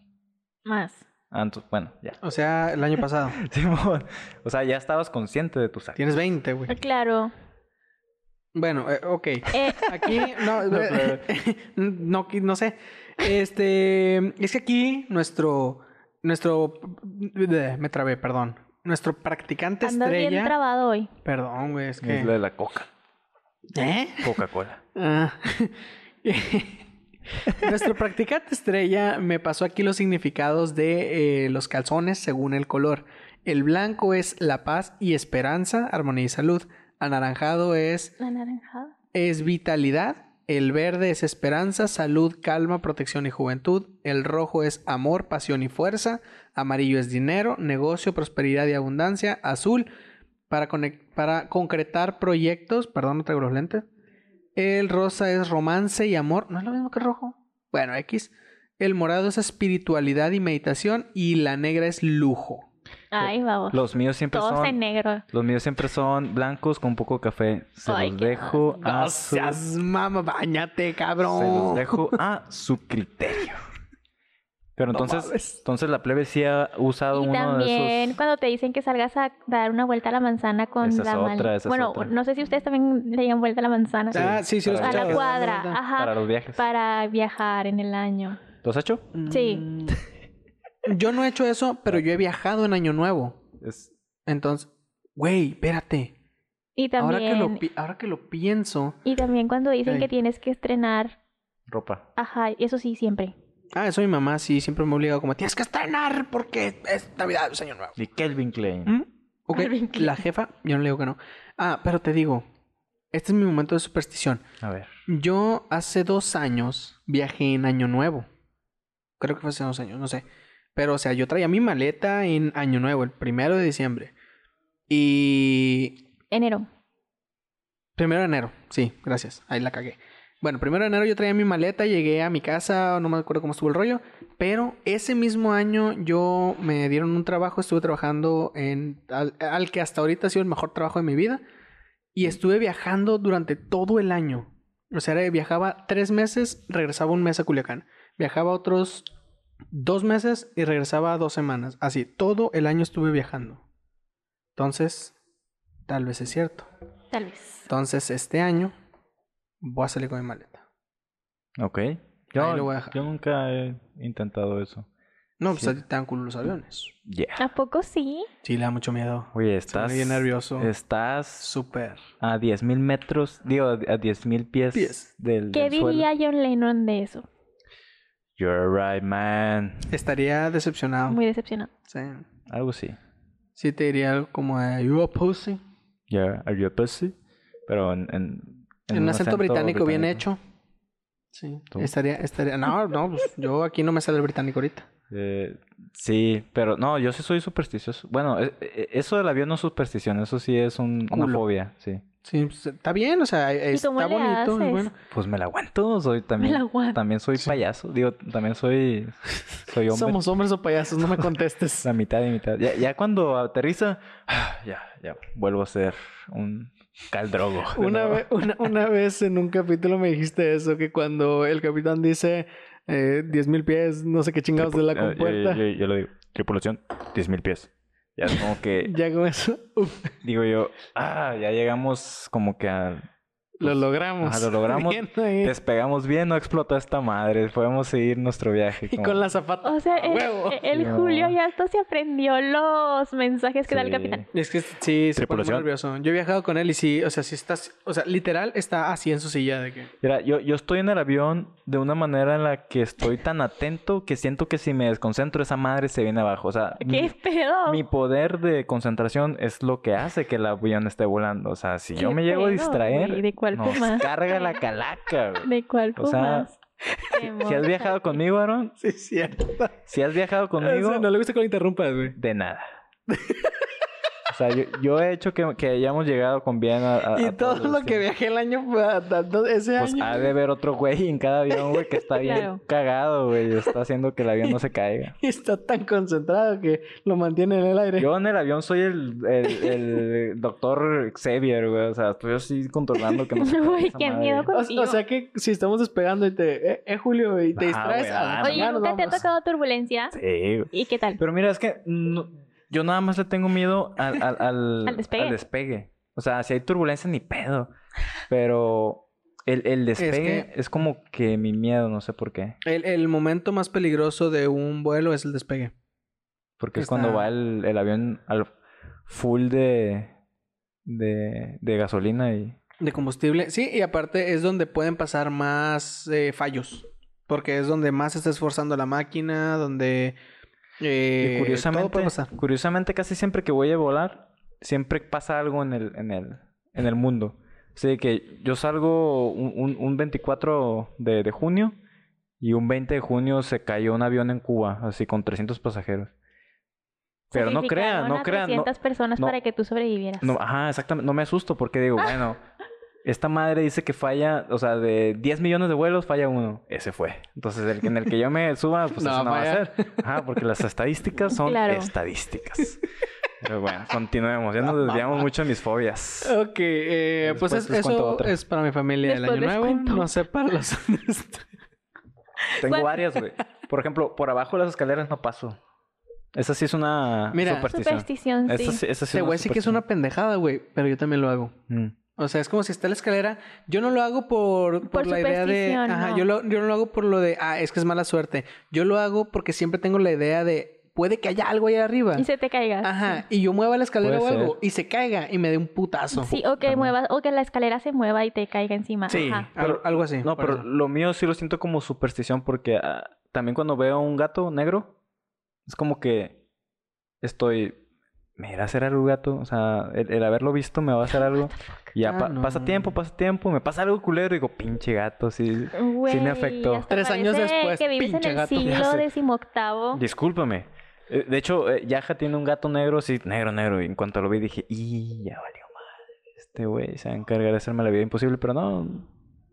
más. Ah, entonces, bueno, ya. O sea, el año pasado. Simón, o sea, ya estabas consciente de tus actos. Tienes 20, güey. Claro. Bueno, eh, ok. Eh, Aquí, no, no, no, no sé. Este, es que aquí nuestro, nuestro, me trabé, perdón. Nuestro practicante andas bien estrella. trabado hoy. Perdón, güey, es que. Es la de la coca, ¿Eh? Coca-Cola. Ah. Nuestro practicante estrella me pasó aquí los significados de eh, los calzones según el color. El blanco es la paz y esperanza, armonía y salud. Anaranjado es Anaranjado. es vitalidad, el verde es esperanza, salud, calma, protección y juventud, el rojo es amor, pasión y fuerza, amarillo es dinero, negocio, prosperidad y abundancia, azul para, conec- para concretar proyectos, perdón, no traigo los lentes, el rosa es romance y amor, ¿no es lo mismo que el rojo? Bueno, X. El morado es espiritualidad y meditación y la negra es lujo. Ay, vamos. Los míos siempre Todos en son... negro. Los míos siempre son blancos con un poco de café. Se Ay, los qué dejo a No su... seas mamá, bañate, cabrón. Se los dejo a su criterio. Pero No entonces, mames. entonces la plebe sí ha usado Y uno de también esos. cuando te dicen que salgas a dar una vuelta a la manzana con Esa es la mal- otra, esa es Bueno, otra. no sé si ustedes también le dan vuelta a la manzana. Ah, sí, sí, lo he Para- a la escuchado. cuadra, ajá. Para Para, los viajes. viajar en el año. ¿Lo has hecho? Sí. Mm. Yo no he hecho eso, pero yo he viajado en Año Nuevo. Es- Entonces, güey, espérate. Y también, Ahora que, lo pi- ahora que lo pienso. y también cuando dicen Ey. que tienes que estrenar, ropa. ajá, eso sí, siempre. Ah, eso mi mamá sí siempre me ha obligado como, tienes que estrenar porque es Navidad, es Año Nuevo. De Kelvin Klein. ¿Mm? Ok, Calvin Klein. la jefa, yo no le digo que no. Ah, pero te digo, este es mi momento de superstición. A ver. Yo hace dos años viajé en Año Nuevo. Creo que fue hace dos años, no sé. Pero, o sea, yo traía mi maleta en Año Nuevo, el primero de diciembre. Y Enero. Primero de enero, sí, gracias. Ahí la cagué. Bueno, primero de enero yo traía mi maleta, llegué a mi casa, no me acuerdo cómo estuvo el rollo, pero ese mismo año yo me dieron un trabajo, estuve trabajando en al, al que hasta ahorita ha sido el mejor trabajo de mi vida y estuve viajando durante todo el año. O sea, era- viajaba tres meses, regresaba un mes a Culiacán, viajaba otros dos meses y regresaba dos semanas. Así, todo el año estuve viajando. Entonces, tal vez es cierto. Tal vez. Entonces, este año voy a salir con mi maleta. Ok. Yo, Ahí lo voy a dejar. yo nunca he intentado eso. No, pues Sí. a ti te dan culo los aviones. Yeah. ¿A poco sí? Sí, le da mucho miedo. Oye, Se pone estás... bien nervioso. Estás Súper. a 10.000 metros, digo, a 10.000 pies, Pies. del, ¿Qué del suelo. diría John Lennon de eso? You're right, man. Estaría decepcionado. Muy decepcionado. Sí. Algo así. Sí, te diría algo como de You a pussy. Yeah, are you a pussy? Pero en... En, En un acento, británico, bien hecho. Sí. ¿Tú? Estaría, estaría. No, no, pues yo aquí no me sale el británico ahorita. Eh, sí, pero no, yo sí soy supersticioso. Bueno, e- e- eso del avión no es superstición, eso sí es un- una Culo. fobia, sí. Sí, pues, está bien, o sea, está cómo le bonito. es haces? bueno. Pues me la aguanto, soy también. la aguanto. También soy payaso, digo, también soy. Soy hombre. Somos hombres o payasos, no me contestes. La mitad y mitad. Ya, ya cuando aterriza, ah, ya, ya vuelvo a ser un caldrogo. de Una, nuevo. ve- una, una vez en un capítulo me dijiste eso, que cuando el capitán dice eh, 10.000 pies, no sé qué chingados de la Eh, yo- compuerta, Yo, yo lo digo, tripulación, 10.000 pies. Ya es como que, ya con eso, uh, uf, digo yo, ah, ya llegamos como que a lo logramos. pues, Ajá, lo logramos. Bien ahí. Despegamos bien, no explotó esta madre. Podemos seguir nuestro viaje. Y como- con la zapata. O sea, eh, ¡A el, huevo! el No. Julio ya hasta se aprendió los mensajes que da el Sí. capitán. Es que sí, se pone muy Tripulación. nervioso. Yo he viajado con él y sí, o sea, sí estás, o sea, literal está así en su silla de que... Mira, yo, yo estoy en el avión de una manera en la que estoy tan atento que siento que si me desconcentro, esa madre se viene abajo. O sea, ¿Qué pedo? mi poder de concentración es lo que hace que el avión esté volando. O sea, si yo ¿Qué me llego a pedo, distraer, güey? ¿De cuál nos fumas? carga la calaca. güey. ¿De cuál O sea, fumas? Te Si has montas. viajado conmigo, Aaron, Sí, es cierto. si has viajado conmigo, O sea, no le gusta que lo interrumpas, güey. de nada. O sea, yo, yo he hecho que, que hayamos llegado con bien a, a- Y a todo todos los lo que destinos. viajé el año, pa- tanto- ese Pues año... ha de haber otro güey en cada avión, güey, que está bien Claro. cagado, güey. y Está haciendo que el avión no se caiga. Y está tan concentrado que lo mantiene en el aire. Yo en el avión soy el, el, el doctor Xavier, güey. O sea, estoy así controlando que no se Güey, caiga esa qué madre. miedo O- O, contigo. sea que si estamos despegando y te... Eh, eh, Julio, y te Ah, distraes... güey, a- ah, ya Oye, nos ¿nunca te ha vamos. tocado turbulencia? Sí, güey. ¿Y qué tal? Pero mira, es que no- yo nada más le tengo miedo al, al, al, Al despegue. al despegue. O sea, si hay turbulencia, ni pedo. Pero el, el despegue es, que- como que mi miedo, no sé por qué. El, el momento más peligroso de un vuelo es el despegue. Porque es Está- cuando va el, el avión al full de, de, de gasolina y... De combustible. Sí, y aparte es donde pueden pasar más eh, fallos. Porque es donde más se está esforzando la máquina, donde... eh, Y todo curiosamente, puede pasar. curiosamente, casi siempre que voy a volar, siempre pasa algo en el, en el, en el mundo. Así que yo salgo un, un- un 24 de, de junio y un 20 de junio se cayó un avión en Cuba, así con 300 pasajeros. Pero no crean, Sacrificaron no a crean. No, 300 personas no. para que tú sobrevivieras. no, ajá, exactamente. No me asusto porque digo, bueno, esta madre dice que falla, o sea, de 10 millones de vuelos falla uno. Ese fue. Entonces, el que en el que yo me suba, pues No, eso no va a vaya. ser. Ajá, porque las estadísticas son Claro. estadísticas. Pero bueno, continuemos. Ya No, nos desviamos mamá. mucho de mis fobias. Ok, eh, pues Después es- les cuento eso otra. es para mi familia del Después año les nuevo. cuento. No sé para los... Tengo ¿Cuál? varias, güey. Por ejemplo, por abajo de las escaleras no paso. Esa sí es una Mira. superstición. Superstición, sí. Esa sí, esa sí Te voy a decir que es una superstición. pendejada, güey, pero yo también lo hago. Mm. O sea, es como si está la escalera. Yo no lo hago por, por, Por la idea de. superstición, Ajá, no. yo, lo- yo no lo hago por lo de. Ah, es que es mala suerte. Yo lo hago porque siempre tengo la idea de. Puede que haya algo ahí arriba. Y se te caiga. Ajá, y yo mueva la escalera Puede o ser. algo y se caiga y me dé un putazo. Sí, o que, También. muevas, o que la escalera se mueva y te caiga encima. Sí, Ajá. al- algo así. No, por pero eso. lo mío sí lo siento como superstición porque ah, también cuando veo un gato negro, es como que estoy, me irá a hacer algo gato, o sea, el, el haberlo visto me va a hacer algo. Y ya Ah, pa- no. pasa tiempo, pasa tiempo, me pasa algo culero y digo, pinche gato, sí. Güey, me afectó. hasta Tres años parece después, Que vives en pinche el gato. Ya sé. siglo XVIII. Discúlpame. Eh, De hecho, eh, Yaja tiene un gato negro, sí, negro, negro. Y en cuanto lo vi dije, y ya valió madre. Este güey se va a encargar de hacerme la vida imposible, pero no,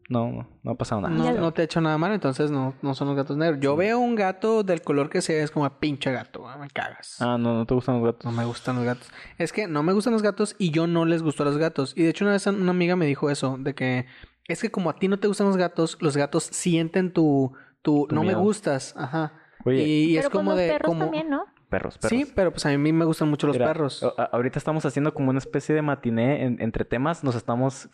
no, no ha pasado nada. No, Ya- no te ha hecho nada mal, entonces no, no son los gatos negros. Yo veo un gato del color que sea, es como pinche gato, ah, me cagas. Ah, no, no te gustan los gatos. No me gustan los gatos. Es que no me gustan los gatos y yo no les gustó a los gatos. Y de hecho una vez una amiga me dijo eso, de que es que como a ti no te gustan los gatos, los gatos sienten tu, tu, Tu no miedo. me gustas. Ajá. Oye. y y Pero es con como los de... perros Como, también, ¿no? perros, perros. Sí, pero pues a mí me gustan mucho los Mira, oh, ah, perros. a- a- ahorita estamos haciendo como una especie de matiné en- entre temas. Nos estamos.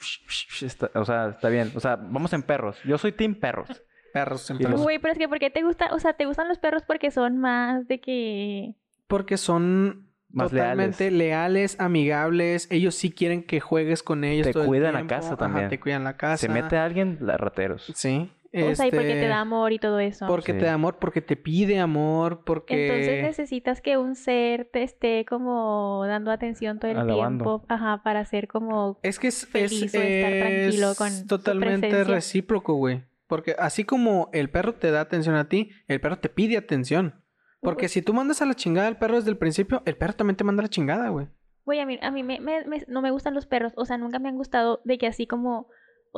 está- o sea, está bien. O sea, vamos en perros. Yo soy team perros. Perros en y los- perros. Güey, pero es que ¿por qué te gusta? O sea, ¿te gustan los perros porque son más de que... Porque son Más totalmente leales. amigables. Ellos sí quieren que juegues con ellos. Te todo el cuidan la tiempo. casa Ajá, también. te cuidan la casa. Se mete alguien, la rateros. Sí. O sea, y porque este, te da amor y todo eso. Porque Sí. te da amor, porque te pide amor, porque... Entonces necesitas que un ser te esté como dando atención todo el Alabando. tiempo, ajá, para ser como Es que es, feliz es- o estar tranquilo es con su totalmente presencia. recíproco, güey. Porque así como el perro te da atención a ti, el perro te pide atención. Porque si tú mandas a la chingada al perro desde el principio, el perro también te manda a la chingada, güey. Güey, a mí, a mí me, me- me- no me gustan los perros. O sea, nunca me han gustado de que así como...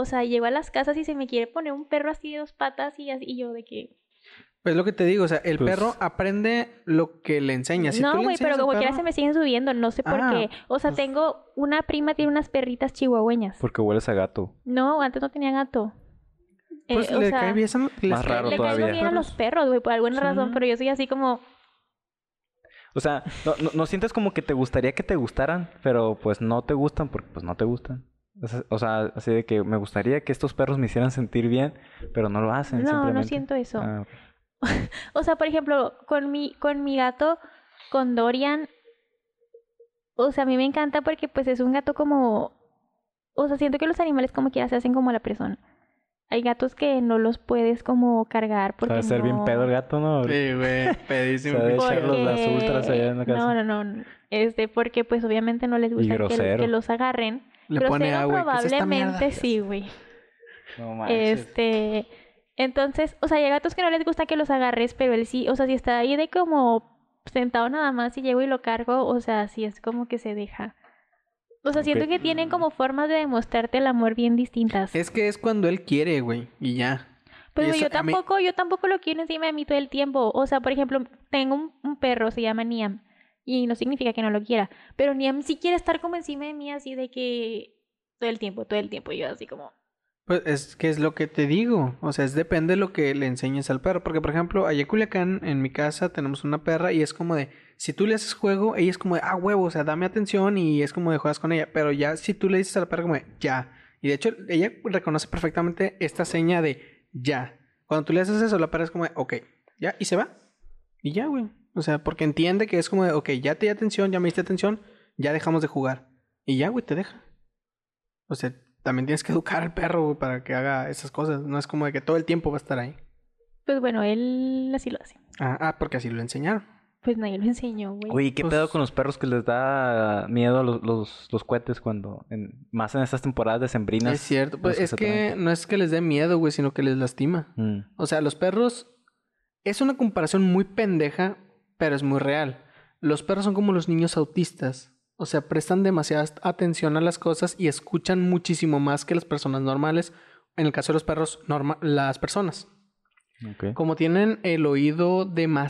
O sea, llego a las casas y se me quiere poner un perro así de dos patas y así y yo de que... Pues lo que te digo, o sea, el Pues- perro aprende lo que le enseña. Si tú no, le güey, pero enseñas al como quiera perro- se me siguen subiendo, no sé por Ah, qué. O sea, pues- tengo una prima, tiene unas perritas chihuahueñas. Porque hueles a gato. No, antes no tenía gato. Eh, Pues o le sea, cae bien, son- les Más cae- raro le les caen todavía. caigo bien a los perros. perros, güey, por alguna Sí. razón, pero yo soy así como... O sea, no, no- no sientes como que te gustaría que te gustaran, pero pues no te gustan porque pues no te gustan. O sea- O sea, así de que me gustaría que estos perros me hicieran sentir bien, pero no lo No, hacen. no simplemente. siento eso. Ah, O sea, por ejemplo, con mi, con mi gato, con Dorian, o sea, a mí me encanta porque pues es un gato como, o sea, siento que los animales como quiera se hacen como la persona. Hay gatos que no los puedes como cargar porque Sabe ser bien no- pedo el gato, ¿no? Sí, güey, pedísimo. Sabe pinche echarlos gato. echarlos las ultras allá en la casa. No, no, no, no. Este, porque pues obviamente no les gusta que, grosero. que los agarren. Le Grosero pone agua. ¿qué es esta mierda? probablemente sí, güey. No manches. Este, entonces, o sea, hay gatos que no les gusta que los agarres, pero él sí, o sea, si está ahí de como sentado nada más y llego y lo cargo, o sea, sí es como que se deja. O sea, siento Ok. que tienen como formas de demostrarte el amor bien distintas. Es que es cuando él quiere, güey, Eh, y ya. Pero eso yo a mí- tampoco, yo tampoco lo quiero encima de mí todo el tiempo. O sea, por ejemplo, tengo un, un perro, se llama Niam, y no significa que no lo quiera, pero Niam sí quiere estar como encima de mí así de que todo el tiempo, todo el tiempo, y yo así como... Pues es que es lo que te digo. O sea, es depende de lo que le enseñes al perro. Porque, por ejemplo, allá en Culiacán, en mi casa, tenemos una perra y es como de, si tú le haces juego, ella es como de, ah, huevo, o sea, dame atención y es como de juegas con ella. Pero ya, si tú le dices a la perra como de, ya. Y de hecho, ella reconoce perfectamente esta seña de ya. Cuando tú le haces eso, la perra es como de, ok, ya, y se va. Y ya, güey. O sea, porque entiende que es como de, ok, ya te di atención, ya me diste atención, ya dejamos de jugar. Y ya, güey, te deja. O sea, también tienes que educar al perro güey, para que haga esas cosas. No es como de que todo el tiempo va a estar ahí. Pues bueno, él así lo hace. Ah, ah, porque así lo enseñaron. Pues nadie lo enseñó, güey. Oye, ¿y ¿qué Pues- pedo con los perros que les da miedo los, los, los cohetes cuando... en- más en estas temporadas de sembrinas. es cierto. Pues es que Exactamente. no es que les dé miedo, güey, sino que les lastima. Mm. O sea, los perros... Es una comparación muy pendeja, pero es muy real. Los perros son como los niños autistas. O sea, prestan demasiada atención a las cosas y escuchan muchísimo más que las personas normales. En el caso de los perros, norma- las personas. Ok. Como tienen el oído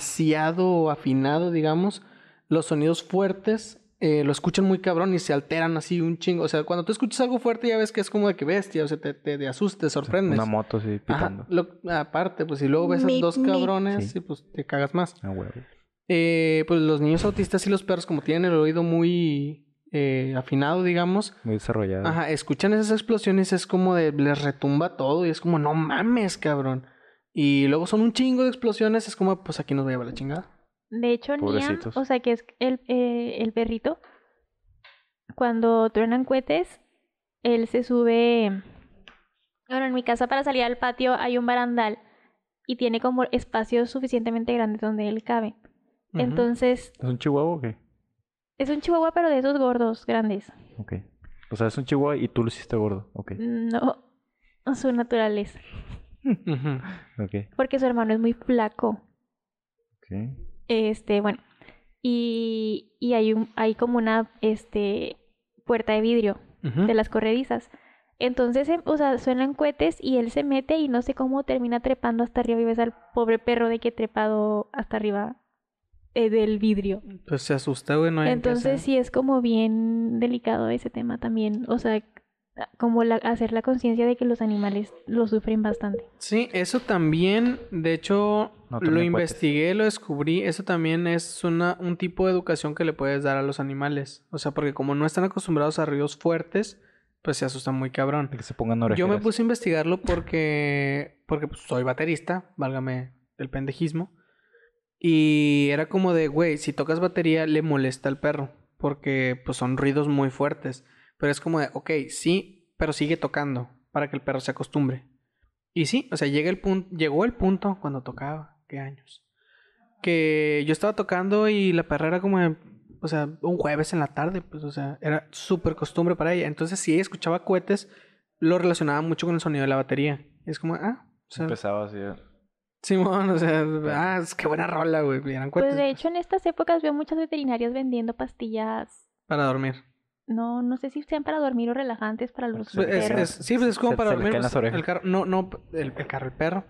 demasiado afinado, digamos, los sonidos fuertes eh, lo escuchan muy cabrón y se alteran así un chingo. O sea, cuando tú escuchas algo fuerte ya ves que es como de que bestia, o sea, te, te, te asusta, te sorprendes. Una moto sí pitando. Ajá, lo- aparte, pues si luego ves a Mic, dos mic. cabrones Sí. y pues te cagas más. Ah, huevo. Eh, pues los niños autistas y los perros, como tienen el oído muy eh, afinado, digamos, Muy desarrollado. Ajá, escuchan esas explosiones, es como de, les retumba todo y es como, no mames, cabrón. Y luego son un chingo de explosiones, es como, pues aquí nos va a llevar la chingada. De hecho, Niam, Pobrecitos. o sea, que es el, eh, el perrito, cuando truenan cohetes, él se sube... Bueno, en mi casa para salir al patio hay un barandal y tiene como espacios suficientemente grandes donde él cabe. Ujú. Entonces, ¿Es un chihuahua o qué? es un chihuahua, pero de esos gordos, grandes. Ok. O sea, es un chihuahua y tú lo hiciste gordo. Ok. No, su naturaleza. Ujú. Ok. Porque su hermano es muy flaco. Ok. Este, bueno. Y, y hay un, hay como una este puerta de vidrio Ujú. de las corredizas. Entonces, em, o sea, suenan cohetes y él se mete y no sé cómo termina trepando hasta arriba y ves al pobre perro de que trepado hasta arriba eh, del vidrio. Pues se asusta, güey, no hay que Entonces hacer. sí es como bien delicado ese tema también. O sea, como la, hacer la conciencia de que los animales lo sufren bastante. Sí, eso también, de hecho, No, también lo cohetes. investigué, lo descubrí. Eso también es una, un tipo de educación que le puedes dar a los animales. O sea, porque como no están acostumbrados a ríos fuertes, pues se asustan muy cabrón. De que se pongan Yo orejeras. me puse a investigarlo porque, porque pues, soy baterista, válgame el pendejismo. Y era como de, güey, si tocas batería le molesta al perro, porque pues son ruidos muy fuertes. Pero es como de, ok, sí, pero sigue tocando para que el perro se acostumbre. Y sí, o sea, llega el punto, llegó el punto cuando tocaba, qué años. Que yo estaba tocando y la perra era como, de, o sea, un jueves en la tarde, pues, o sea, era súper costumbre para ella. Entonces, si ella escuchaba cohetes, lo relacionaba mucho con el sonido de la batería. Es como, ah, o sea, Empezaba así. eh. Simón, o sea, ah, es que buena rola, güey. y Eran cohetes Pues de hecho en estas épocas veo muchas veterinarias vendiendo pastillas, para dormir. no, no sé si sean para dormir o relajantes para los Pues, Es- perros. es- sí, pues es como Se- para se le dormir. caen pues, las orejas. El carro, no, no, el, el carro, el perro.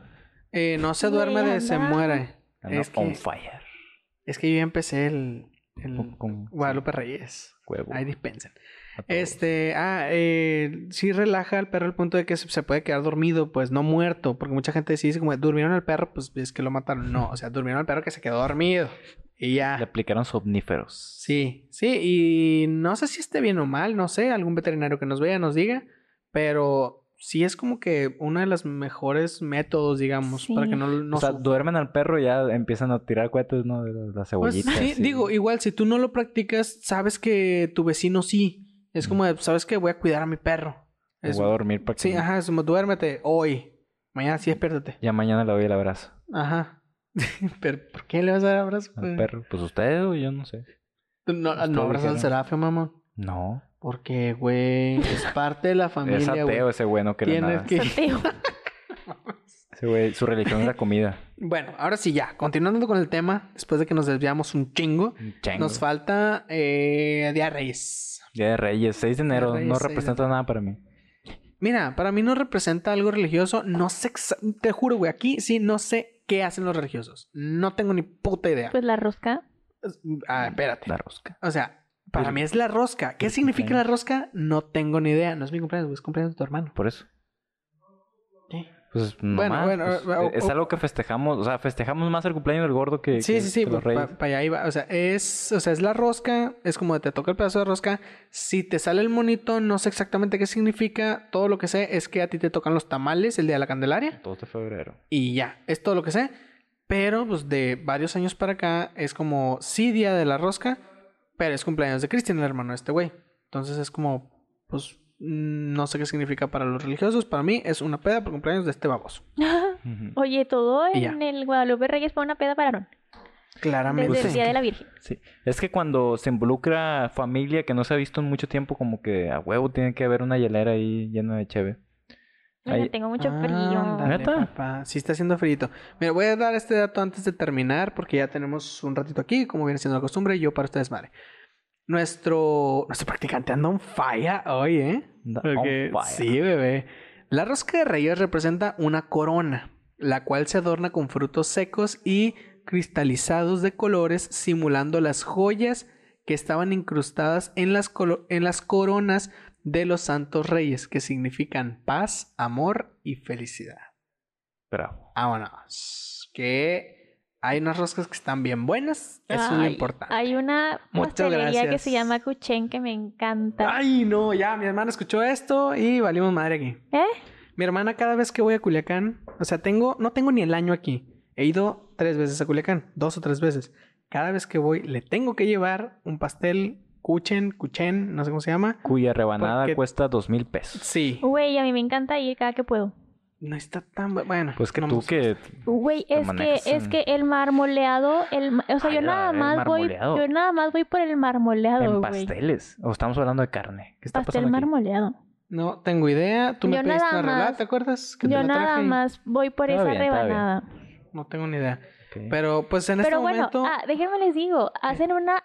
Eh, no se Güey, duerme de se anda. muere. Anda Es Ah, on que, fire. es que yo ya empecé el, el Con- con- Guadalupe Reyes. Huevo. Ahí dispensen. A todos. Este, ah, eh, sí relaja al perro al punto de que se se puede quedar dormido, pues no muerto, porque mucha gente sí dice como, durmieron al perro, pues es que lo mataron. No, o sea, durmieron al perro que se quedó dormido. Y ya. Le aplicaron somníferos. Sí, sí, y no sé si esté bien o mal, no sé, algún veterinario que nos vea nos diga, pero sí es como que uno de los mejores métodos, digamos, Sí. para que no, no o sea, sufra. duermen al perro y ya empiezan a tirar cohetes, ¿no? De las- Pues, las cebollitas. sí, y- digo, igual si tú no lo practicas, sabes que tu vecino sí. Es como, de, sabes que voy a cuidar a mi perro. Me Es- voy a dormir para que... sí, ajá, es como, duérmete hoy. Mañana sí, despiértate. Ya mañana le doy el abrazo Ajá. Pero, ¿por qué le vas a dar abrazo? al güey? perro. Pues ustedes o yo no sé. No, Ustedes no abrazas al dijeron. serafio, mamón. No. Porque, güey, es parte de la familia, es güey. ateo ese güey, no cree Tienes nada. que- Sorteo. Ese güey, su religión es la comida. Bueno, ahora sí ya, continuando con el tema, después de que nos desviamos un chingo, Un chango. nos falta eh, Día de Reyes. Día de Reyes, 6 de enero. Reyes, no 6 de representa nada para mí. Mira, para mí no representa algo religioso, no sé, exa- te juro, güey, aquí sí no sé qué hacen los religiosos. No tengo ni puta idea. Pues la rosca. Ah, espérate. La rosca. O sea, para Pero- mí es la rosca. ¿Qué pero significa la cumpleaños. rosca? No tengo ni idea. No es mi cumpleaños, güey, es cumpleaños de tu hermano. Por eso. ¿Qué? Pues no Bueno, más, bueno, pues, o- es o- algo que festejamos. O sea, festejamos más el cumpleaños del gordo que, Sí, que- sí, sí, que los para reyes. allá iba. O sea, es, o sea, es la rosca, es como te toca el pedazo de rosca. Si te sale el monito, no sé exactamente qué significa. Todo lo que sé es que a ti te tocan los tamales el día de la Candelaria 2 de febrero. y ya, es todo lo que sé. Pero pues de varios años para acá es como sí día de la rosca, pero es cumpleaños de Cristian, el hermano de este güey. Entonces es como, pues mm, no sé qué significa para los religiosos. Para mí es una peda por cumpleaños de este baboso. Ujú. Oye, todo Y ya. Ah, en el Guadalupe Reyes fue una peda para Aarón. Claramente. Desde el Día de la Virgen. Sí. Es que cuando se involucra familia que no se ha visto en mucho tiempo, como que a huevo tiene que haber una hielera ahí llena de cheve. Oye, Ay. tengo mucho Ándale, frío. ¿Neta? papá. Sí está haciendo frito. Mira, voy a dar este dato antes de terminar porque ya tenemos un ratito aquí, como viene siendo la costumbre, y yo para ustedes, madre. Nuestro, nuestro practicante anda on fire hoy, ¿eh? Anda Porque- on fire. sí, bebé. La rosca de reyes representa una corona, la cual se adorna con frutos secos y cristalizados de colores, simulando las joyas que estaban incrustadas en las, colo- en las coronas de los santos reyes, que significan paz, amor y felicidad. Bravo. Vámonos. Que hay unas roscas que están bien buenas. Eso es lo Ay, importante. Hay una Muchas pastelería que gracias. se llama Cuchen que me encanta. Ay, no, ya, mi hermana escuchó esto y valimos madre aquí. ¿Eh? Mi hermana cada vez que voy a Culiacán, o sea, tengo, no tengo ni el año aquí. He ido tres veces a Culiacán, dos o tres veces. Cada vez que voy le tengo que llevar un pastel, cuchen, cuchen, no sé cómo se llama. Cuya rebanada Porque- cuesta dos mil pesos. Sí. Güey, a mí me encanta ir cada que puedo. No está tan bu- bueno. Pues que no me tú gusta. que... Güey, Te es que manejas es en- que el marmoleado, el, ma- o sea, Ay, yo la- nada el más voy, marmoleado. yo nada más voy por el marmoleado, En güey. pasteles. O estamos hablando de carne. ¿Qué está Pastel pasando aquí? marmoleado. No tengo idea. Tú me Yo pediste nada una rebanada, más- ¿te acuerdas? Que te Yo la nada traje y- más voy por Está esa bien, está bien. rebanada. No tengo ni idea. Ok. Pero pues en Pero este bueno, momento. ah, déjenme les digo, hacen una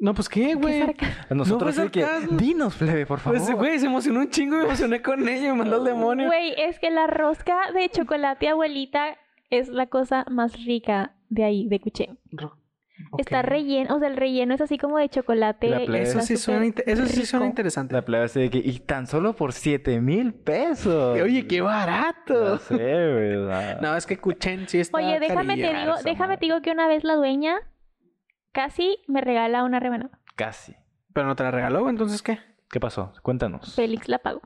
No, pues qué, qué güey. sarca- Nosotros No fue sí que... sarcasmo. Dinos, Fleve, por favor. Pues, güey, se emocionó un chingo, me emocioné con ella, me mandó el demonio. Güey, es que la rosca de chocolate abuelita es la cosa más rica de ahí, de Cuché. Ro- Está relleno, o sea, el relleno es así como de chocolate. La plebe. y está Eso sí, suena, súper inte- eso sí rico. suena interesante. La plebe así de que, y tan solo por 7 mil pesos. Oye, qué No barato. sé, güey. o sea, No, es que Cuchen sí está Oye, déjame te carillo. digo, esa déjame madre. te digo que una vez la dueña casi me regala una rebanada. Casi. Pero no te la regaló, entonces ¿qué? ¿Qué pasó? Cuéntanos. Félix la pagó.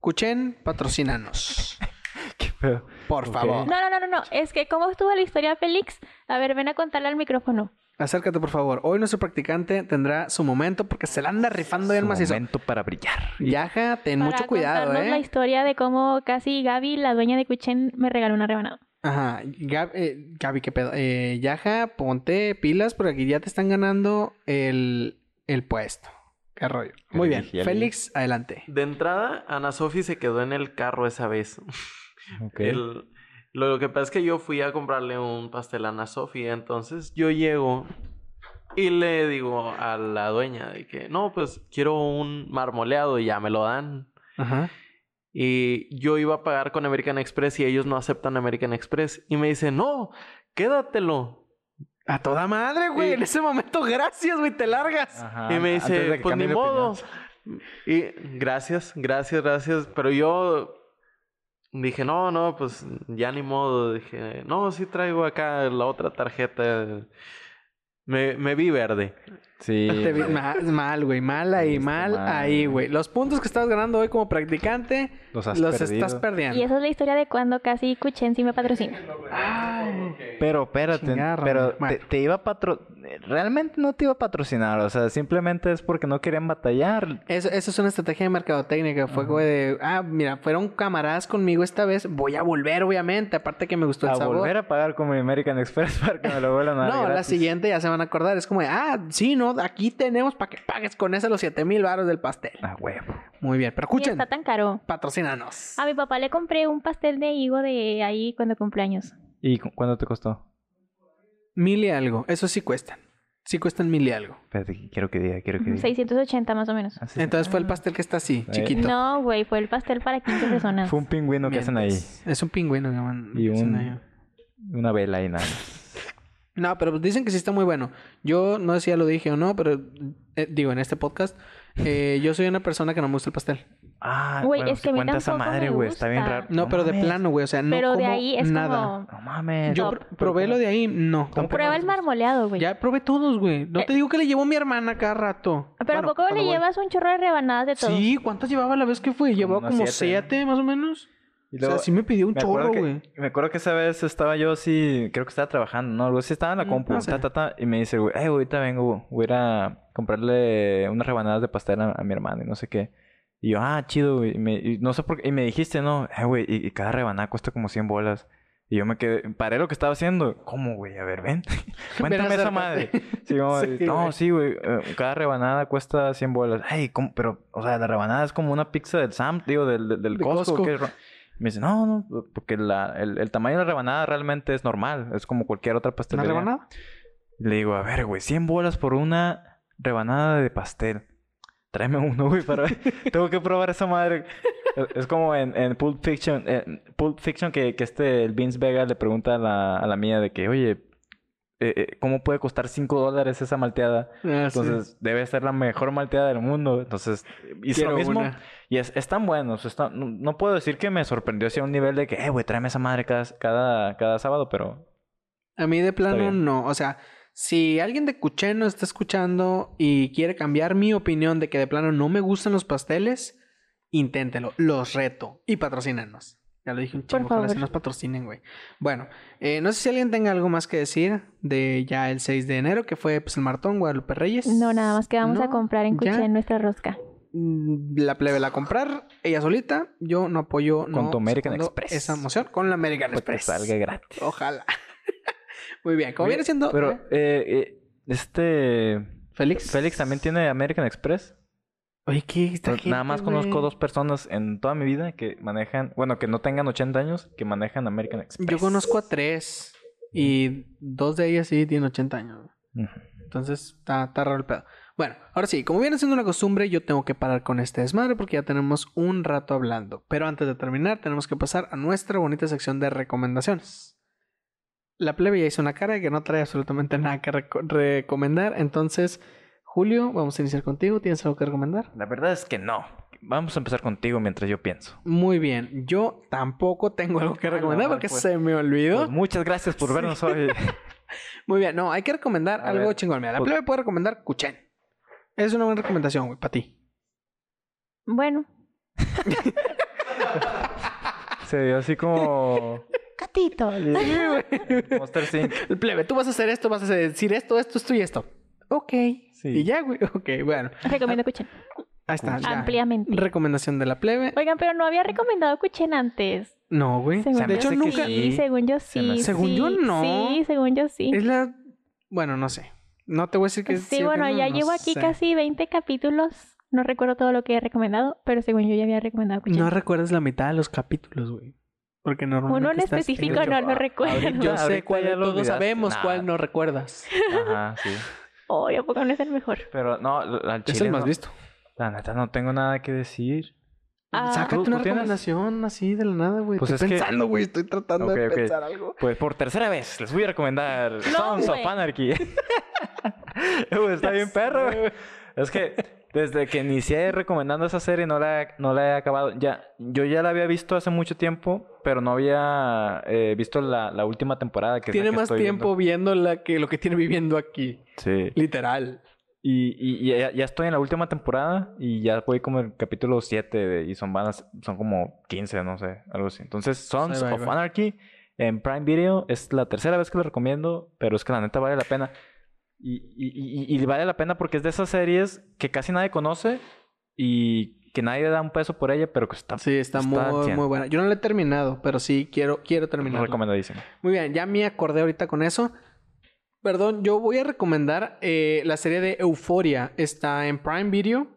Cuchen, patrocínanos. ¿Qué pedo? Por Ok. favor. No, no, no, no, no. Es que, ¿cómo estuvo la historia, Félix? A ver, ven a contarle al micrófono. Acércate, por favor. Hoy nuestro practicante tendrá su momento porque se la anda rifando bien Su macizo. momento para brillar. Yaja, ten Para mucho cuidado, contarnos la ¿eh? historia de cómo casi Gaby, la dueña de Cuichen, me regaló una rebanada. Ajá. Gab- eh, Gaby, qué pedo. Eh, Yaja, ponte pilas porque aquí ya te están ganando el, el puesto. Qué rollo. Muy bien. Elige a Félix, adelante. De entrada, Ana Sofi se quedó en el carro esa vez. Ok. El- lo que pasa es que yo fui a comprarle un pastel a Ana Sofía, entonces yo llego y le digo a la dueña de que, no, pues quiero un marmoleado y ya me lo dan. Ajá. Y yo iba a pagar con American Express y ellos no aceptan American Express. Y me dice, no, quédatelo. A toda madre, güey. Y- En ese momento, gracias, güey. Te largas. Ajá, y me antes de dice, que pues ni cambie de modo. opinión. Y gracias, gracias, gracias. Pero yo dije, no, no, pues ya ni modo. Dije, no, sí traigo acá la otra tarjeta. Me, me vi verde. Sí. Te vi- güey. ma- mal, güey. Mal ahí, Está mal, mal. ahí, güey. Los puntos que estás ganando hoy como practicante Los has los perdido. estás perdiendo. Y esa es la historia de cuando casi Cuchen sí me patrocina. Ay, Pero espérate, Chingada, pero Ramón. te, te iba a patro... Realmente no te iba a patrocinar, o sea, simplemente es porque no querían batallar. eso, eso es una estrategia de mercadotecnia que fue güey, de, ah, mira, fueron camaradas conmigo esta vez, voy a volver, obviamente, aparte que me gustó A el sabor. volver a pagar con mi American Express para que me lo vuelvan a pues. dar No, la gratis. siguiente ya se van a acordar, es como de, ah, sí, no, aquí tenemos para que pagues con eso los 7 mil baros del pastel. Ah, huevo. Muy bien, pero Y escuchen, está tan caro. patrocínanos. A mi papá le compré un pastel de higo de ahí cuando cumpleaños. ¿Y cu- cuánto te costó? Mil y algo, eso sí cuestan, sí cuestan mil y algo. Espérate, quiero que diga, quiero que diga. 680 más o menos. Ah, sí, sí. Entonces fue el pastel que está así, Ahí. chiquito. No, güey, fue el pastel para 15 personas. Fue un pingüino que hacen ahí. Mientes. Es un pingüino, que van- Y que hacen un- ahí. Una vela y nada. más. No, pero dicen que sí está muy bueno. Yo no sé si ya lo dije o no, pero eh, digo, en este podcast, eh, yo soy una persona que no me gusta el pastel. Ah, Güey, bueno, es si que a mí cuenta esa tampoco madre, me güey, está bien gusta. raro. No, pero de mames, plano, güey. O sea, no Pero de como ahí es nada. como... No mames. Yo pr- probé lo de ahí, no. Top. Prueba el marmoleado, güey. Ya probé todos, güey. No te digo que le llevó mi hermana cada rato. Eh. Ah, Pero Bueno, ¿a poco cuando le voy. llevas un chorro de rebanadas de todo? Sí, ¿cuántas llevaba la vez que fue? Llevaba unas como siete, siete, ¿no? más o menos. Y o luego- sea, sí me pidió un Me acuerdo chorro, que- güey. Me acuerdo que esa vez estaba yo así, creo que estaba trabajando, ¿no? Algo así, estaba en la Mm, compu, no sé. ta, ta, ta, y me dice, güey, "Ey, ahorita vengo, voy a ir a comprarle unas rebanadas de pastel a, a mi hermano y no sé qué. Y yo, ah, chido, güey. Y, me- y no sé por qué, y me dijiste, no, eh, güey, y, y cada rebanada cuesta como 100 bolas. Y yo me quedé, paré lo que estaba haciendo. ¿Cómo, güey? A ver, ven. Cuéntame esa acércate. madre. Sí, como, Sí, no, güey. sí, güey. eh, Cada rebanada cuesta 100 bolas. Ay, ¿cómo? Pero, o sea, la rebanada es como una pizza del Sam, digo, del, del, del De Costco. Costco. que ro- Me dice, no, no, porque la, el, el tamaño de la rebanada realmente es normal. Es como cualquier otra ¿Una pastelería. rebanada? Le digo, a ver, güey, 100 bolas por una rebanada de pastel. Tráeme uno, güey, para ver. Tengo que probar esa madre. Es- Es como en, en Pulp Fiction, en Pulp Fiction que, que este, el Vince Vega le pregunta a la, a la mía de que, oye, eh, eh, ¿cómo puede costar 5 dólares esa malteada? Ah, sí. Entonces, debe ser la mejor malteada del mundo. Entonces, hizo Quiero lo mismo. una. Y es, están buenos. están- no, no puedo decir que me sorprendió hacia un nivel de que, eh, güey, tráeme esa madre cada, cada, cada sábado, pero... A mí de plano bien. no. O sea, si alguien de Cucheno está escuchando y quiere cambiar mi opinión de que de plano no me gustan los pasteles, inténtelo. Los reto. Y patrocínanos. Ya lo dije un Por chingo, ojalá favor. se nos patrocinen, güey. Bueno, eh, no sé si alguien tenga algo más que decir de ya el 6 de enero, que fue pues, el maratón Guadalupe Reyes. No, nada más que vamos No, a comprar en ya. Cuchen nuestra rosca. Mm, La plebe la comprar, ella solita. Yo no apoyo Con no tu American secondo Express. Esa moción con la American Para que Express. salga gratis. Ojalá. Muy bien, como Oye, viene siendo. Pero, ¿eh? eh, eh, este. Félix. Félix también tiene American Express. Pues, Oye, ¿qué? Esta gente, Nada más conozco güey. dos personas en toda mi vida que manejan, bueno, que no tengan 80 años, que manejan American Express. Yo conozco a tres. Y dos de ellas sí tienen 80 años. güey. Ujú. Entonces, está, está raro el pedo. Bueno, ahora sí, como viene siendo una costumbre, yo tengo que parar con este desmadre porque ya tenemos un rato hablando. Pero antes de terminar, tenemos que pasar a nuestra bonita sección de recomendaciones. La plebe ya hizo una cara que no trae absolutamente nada que reco- recomendar. Entonces, Julio, vamos a iniciar contigo. ¿Tienes algo que recomendar? La verdad es que no. Vamos a empezar contigo mientras yo pienso. Muy bien. Yo tampoco tengo algo que Ah, no, recomendar porque pues. se me olvidó. Pues muchas gracias por vernos hoy. Muy bien. No, hay que recomendar A algo ver. chingón. Mira, la Pues- plebe puede recomendar Cuchen. Es una buena recomendación, güey, para ti. Bueno, Se dio así como... gatito. Monster Sync. El plebe, tú vas a hacer esto, vas a decir esto, esto, esto y esto. Ok. Sí. Y ya, güey. Ok, bueno. Recomiendo Cuchen. Ahí está. ya. Ampliamente. Recomendación de la plebe. Oigan, pero no había recomendado Cuchen antes. No, güey. Según Se me De hecho, hace que nunca. Sí, Sí. según yo Se me sí. hace- Según sí, yo, no. Sí, según yo sí. Es la. Bueno, no sé. No te voy a decir que Sí, bueno, ya llevo aquí casi 20 capítulos. No recuerdo todo lo que he recomendado, pero según yo ya había recomendado Cuchen. No recuerdas la mitad de los capítulos, güey. Porque normalmente. Uno en estás- específico Yo- "Ah, no lo recuerdo. ahorita- Yo sé ahorita cuál ya de lo todos olvidaste. sabemos Nah. cuál no recuerdas. Ajá, sí. Oh, ¿a poco no es el mejor? Pero no, al chile Es el más no- visto. La neta no tengo nada que decir. Ah, Sácate ¿Tú- una tú tienes? recomendación así de la nada, güey. Pues estoy es que- pensando, güey. Estoy tratando de Ok, ok. pensar algo. Pues por tercera vez les voy a recomendar Sons güey. of Anarchy. Uy, está bien perro. güey. Es que desde que inicié recomendando esa serie no la, no la he acabado. Ya, yo ya la había visto hace mucho tiempo, pero no había eh, visto la, la última temporada que es la Tiene que más estoy tiempo viendo la que lo que tiene viviendo aquí. viendo. Sí. Literal. Y, y- y ya, ya estoy en la última temporada y ya voy como el capítulo 7 y son, van a- son como 15, no sé, algo así. Entonces, Sons Ahí va, ahí of va. Anarchy en Prime Video es la tercera vez que lo recomiendo, pero es que la neta vale la pena. Y, y- y- y vale la pena porque es de esas series que casi nadie conoce y que nadie da un peso por ella, pero que está Sí, está, Está al muy, cien. muy buena. Yo no la he terminado, pero sí quiero, quiero terminarla. recomendadísima. Muy bien, ya me acordé ahorita con eso. Perdón, yo voy a recomendar eh, la serie de Euforia. Está en Prime Video.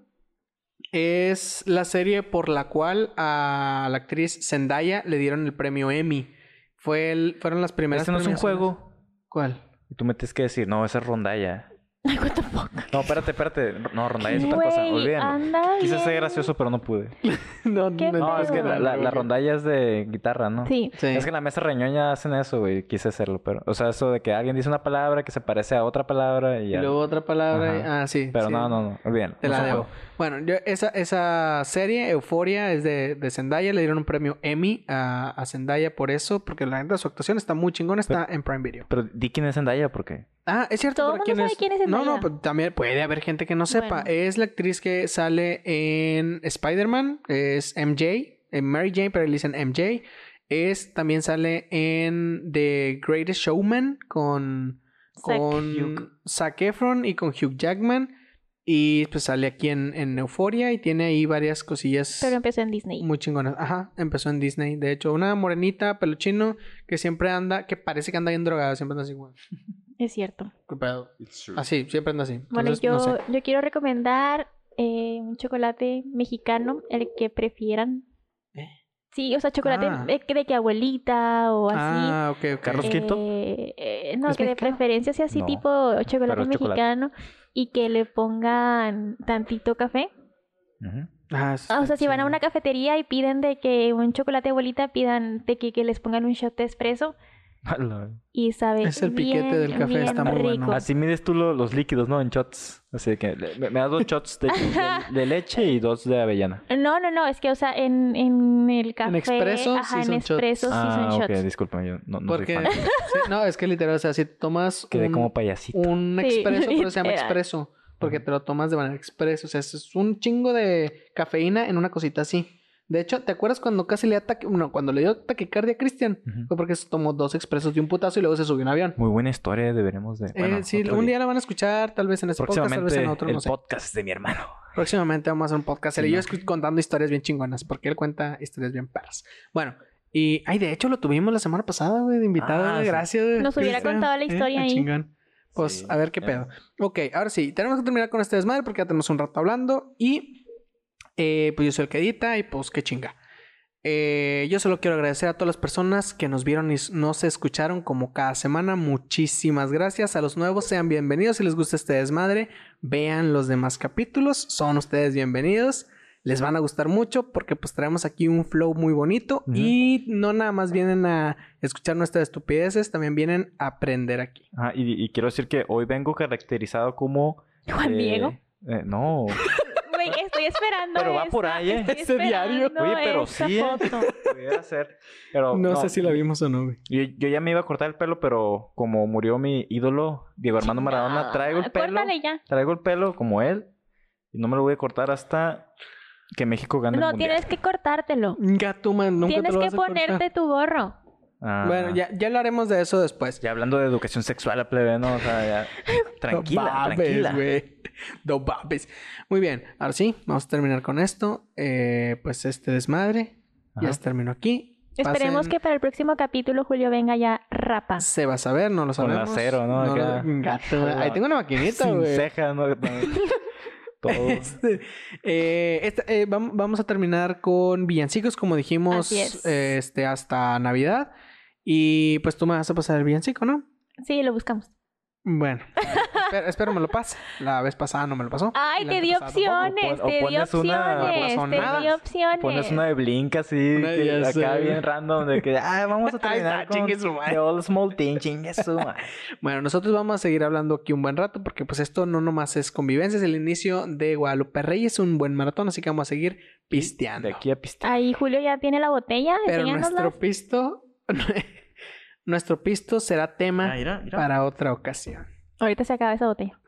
Es la serie por la cual a la actriz Zendaya le dieron el premio Emmy. Fue el- fueron las primeras. Este no es un premiaciones. juego. ¿Cuál? Y tú me tienes que decir, no, esa es rondalla. Ay, what the fuck. No, espérate, espérate. No, rondalla es otra cosa. Güey, Olvídenlo. anda Quise ser bien. gracioso, pero no pude. No, ¿Qué No, es que Pero- la, la, la rondalla es de guitarra, ¿no? Sí. Sí. Es que en la mesa reñoña hacen eso, güey. Quise hacerlo, pero... O sea, eso de que alguien dice una palabra que se parece a otra palabra y Y ya. luego otra palabra. y- Ajá. Ah, sí. Pero sí. no, no, no. Bien. Te la debo. Bueno, yo- esa, esa serie, Euforia, es de, de Zendaya. Le dieron un premio Emmy a, a Zendaya por eso, porque la neta su actuación está muy chingona, está en Prime Video. Pero di quién es Zendaya, porque... Ah, es cierto. Todo pero mundo sabe quién es No, no, Zendaya. pues, también puede haber gente que no sepa. Bueno. Es la actriz que sale en Spider-Man, es MJ, en Mary Jane, pero le dicen MJ. Es, también sale en The Greatest Showman con, Zac. con Zac Efron y con Hugh Jackman. Y pues sale aquí en, en Euforia y tiene ahí varias cosillas. Pero empezó en Disney. Muy chingonas. Ajá, empezó en Disney. De hecho, una morenita, pelo chino, que siempre anda, que parece que anda bien drogada, siempre anda así, güey. Es cierto. ¿Qué pedo? Así, siempre anda así. Bueno, Entonces, yo, no sé. yo quiero recomendar eh, un chocolate mexicano, el que prefieran. ¿Eh? Sí, o sea, chocolate Ah. de, de que abuelita o así. Ah, ok, ok. Carlos- ¿Rosquito? Eh, eh, no, ¿Es que de mexicano? preferencia sea así No, tipo pero chocolate es chocolate. mexicano y que le pongan tantito café. Ujú. Ah, eso Ah, o está sea, si van a chido. una cafetería y piden de que un chocolate abuelita, pidan de que, que les pongan un shot de espresso A la- y sabe Es el piquete bien, del café, bien está muy bueno. rico. Así mides tú lo- los líquidos, ¿no? En shots. Así que le- me, me das dos shots de, de- de leche y dos de avellana. No, no, no, es que, o sea, en, en el café. expreso sí ajá, son en shots. expreso sí son ah, ok. shots. Disculpa, yo no, no Porque... soy fan. sí, no, es que literal, o sea, si tomas Quedé un, como payasito. un Sí, expreso, pero se llama literal. expreso. Porque Ujú. te lo tomas de manera expreso. O sea, es un chingo de cafeína en una cosita así. De hecho, ¿te acuerdas cuando casi le ataque... No, cuando le dio taquicardia a Cristian? Ujú. Fue porque se tomó dos expresos de un putazo y luego se subió a un avión. Muy buena historia, deberemos de... Eh, Bueno, sí, otro un día la van a escuchar, tal vez en este podcast, tal vez Próximamente en otro, el no sé. podcast de mi hermano. Próximamente vamos a hacer un podcast. Sí, y yo no. escu- contando historias bien chingonas, porque él cuenta historias bien perras. Bueno, y ay, de hecho lo tuvimos la semana pasada, güey, de invitado. Ah, güey, sí. gracias. güey, Nos hubiera Cristian, contado la historia ah, ahí. chingón. Pues Sí, a ver qué ya. pedo. Ok, ahora sí, tenemos que terminar con este desmadre porque ya tenemos un rato hablando y eh, pues yo soy el que edita y pues qué chinga. Eh, yo solo quiero agradecer a todas las personas que nos vieron y s- nos escucharon como cada semana. Muchísimas gracias. A los nuevos sean bienvenidos. Si les gusta este desmadre, vean los demás capítulos. Son ustedes bienvenidos. les van a gustar mucho porque pues traemos aquí un flow muy bonito Ujú. y no nada más vienen a escuchar nuestras estupideces, también vienen a aprender aquí. Ajá, y, y quiero decir que hoy vengo caracterizado como... Juan eh, Diego. eh, no. Güey, estoy esperando. Pero va esa- por ahí, ¿eh? estoy Ese diario. esperando Oye, pero esa sí, ¿eh? foto. Pudiera ser. Pero, No, sé si la vimos o no, güey. Yo, yo ya me iba a cortar el pelo, pero como murió mi ídolo, Diego Armando Maradona, No, traigo el pelo. Ah, Córtale ya. Traigo el pelo como él. Y no me lo voy a cortar hasta que México gane el No, mundial. tienes que cortártelo. Gato, man, nunca tienes te lo que vas a cortar. ponerte tu gorro. Ah, Bueno, ya, ya hablaremos de eso después. Ya hablando de educación sexual, a plebe, ¿no? O sea, ya. Tranquila, no babes, tranquila. güey. No babes. Muy bien, ahora sí, vamos a terminar con esto. Eh, pues este desmadre ya Ajá. se terminó aquí. Esperemos Pasen- que para el próximo capítulo Julio venga ya rapa. se va a saber, no lo Con la sabemos. cero, ¿no? lo- Acá. Gato, ahí tengo una maquinita, Sin güey. cejas, ¿no? Todo. Este, eh, esta- eh, vam- vamos a terminar con villancicos, como dijimos, Así es. eh, este, hasta Navidad. Y pues tú me vas a pasar el villancico, ¿no? Sí, lo buscamos. Bueno, espero, espero me lo pase. La vez pasada no me lo pasó. Ay, La te vez di pasada tampoco. opciones, O pon- o te di pones una- opciones, o te di sonadas. opciones. Pones una de blink así, Una que ya acá sé. bien random, de que, ah, vamos a Ahí terminar está, con chingue su madre. Ah, The All Small Thing, chingue su madre. Bueno, nosotros vamos a seguir hablando aquí un buen rato porque pues esto no nomás es convivencia, es el inicio de Guadalupe Reyes, un buen maratón, así que vamos a seguir pisteando. De aquí a pista. Ahí Julio ya tiene la botella, Pero enséñanosla. nuestro pisto, nuestro pisto será tema mira, mira. para otra ocasión. Ahorita se acaba esa botella.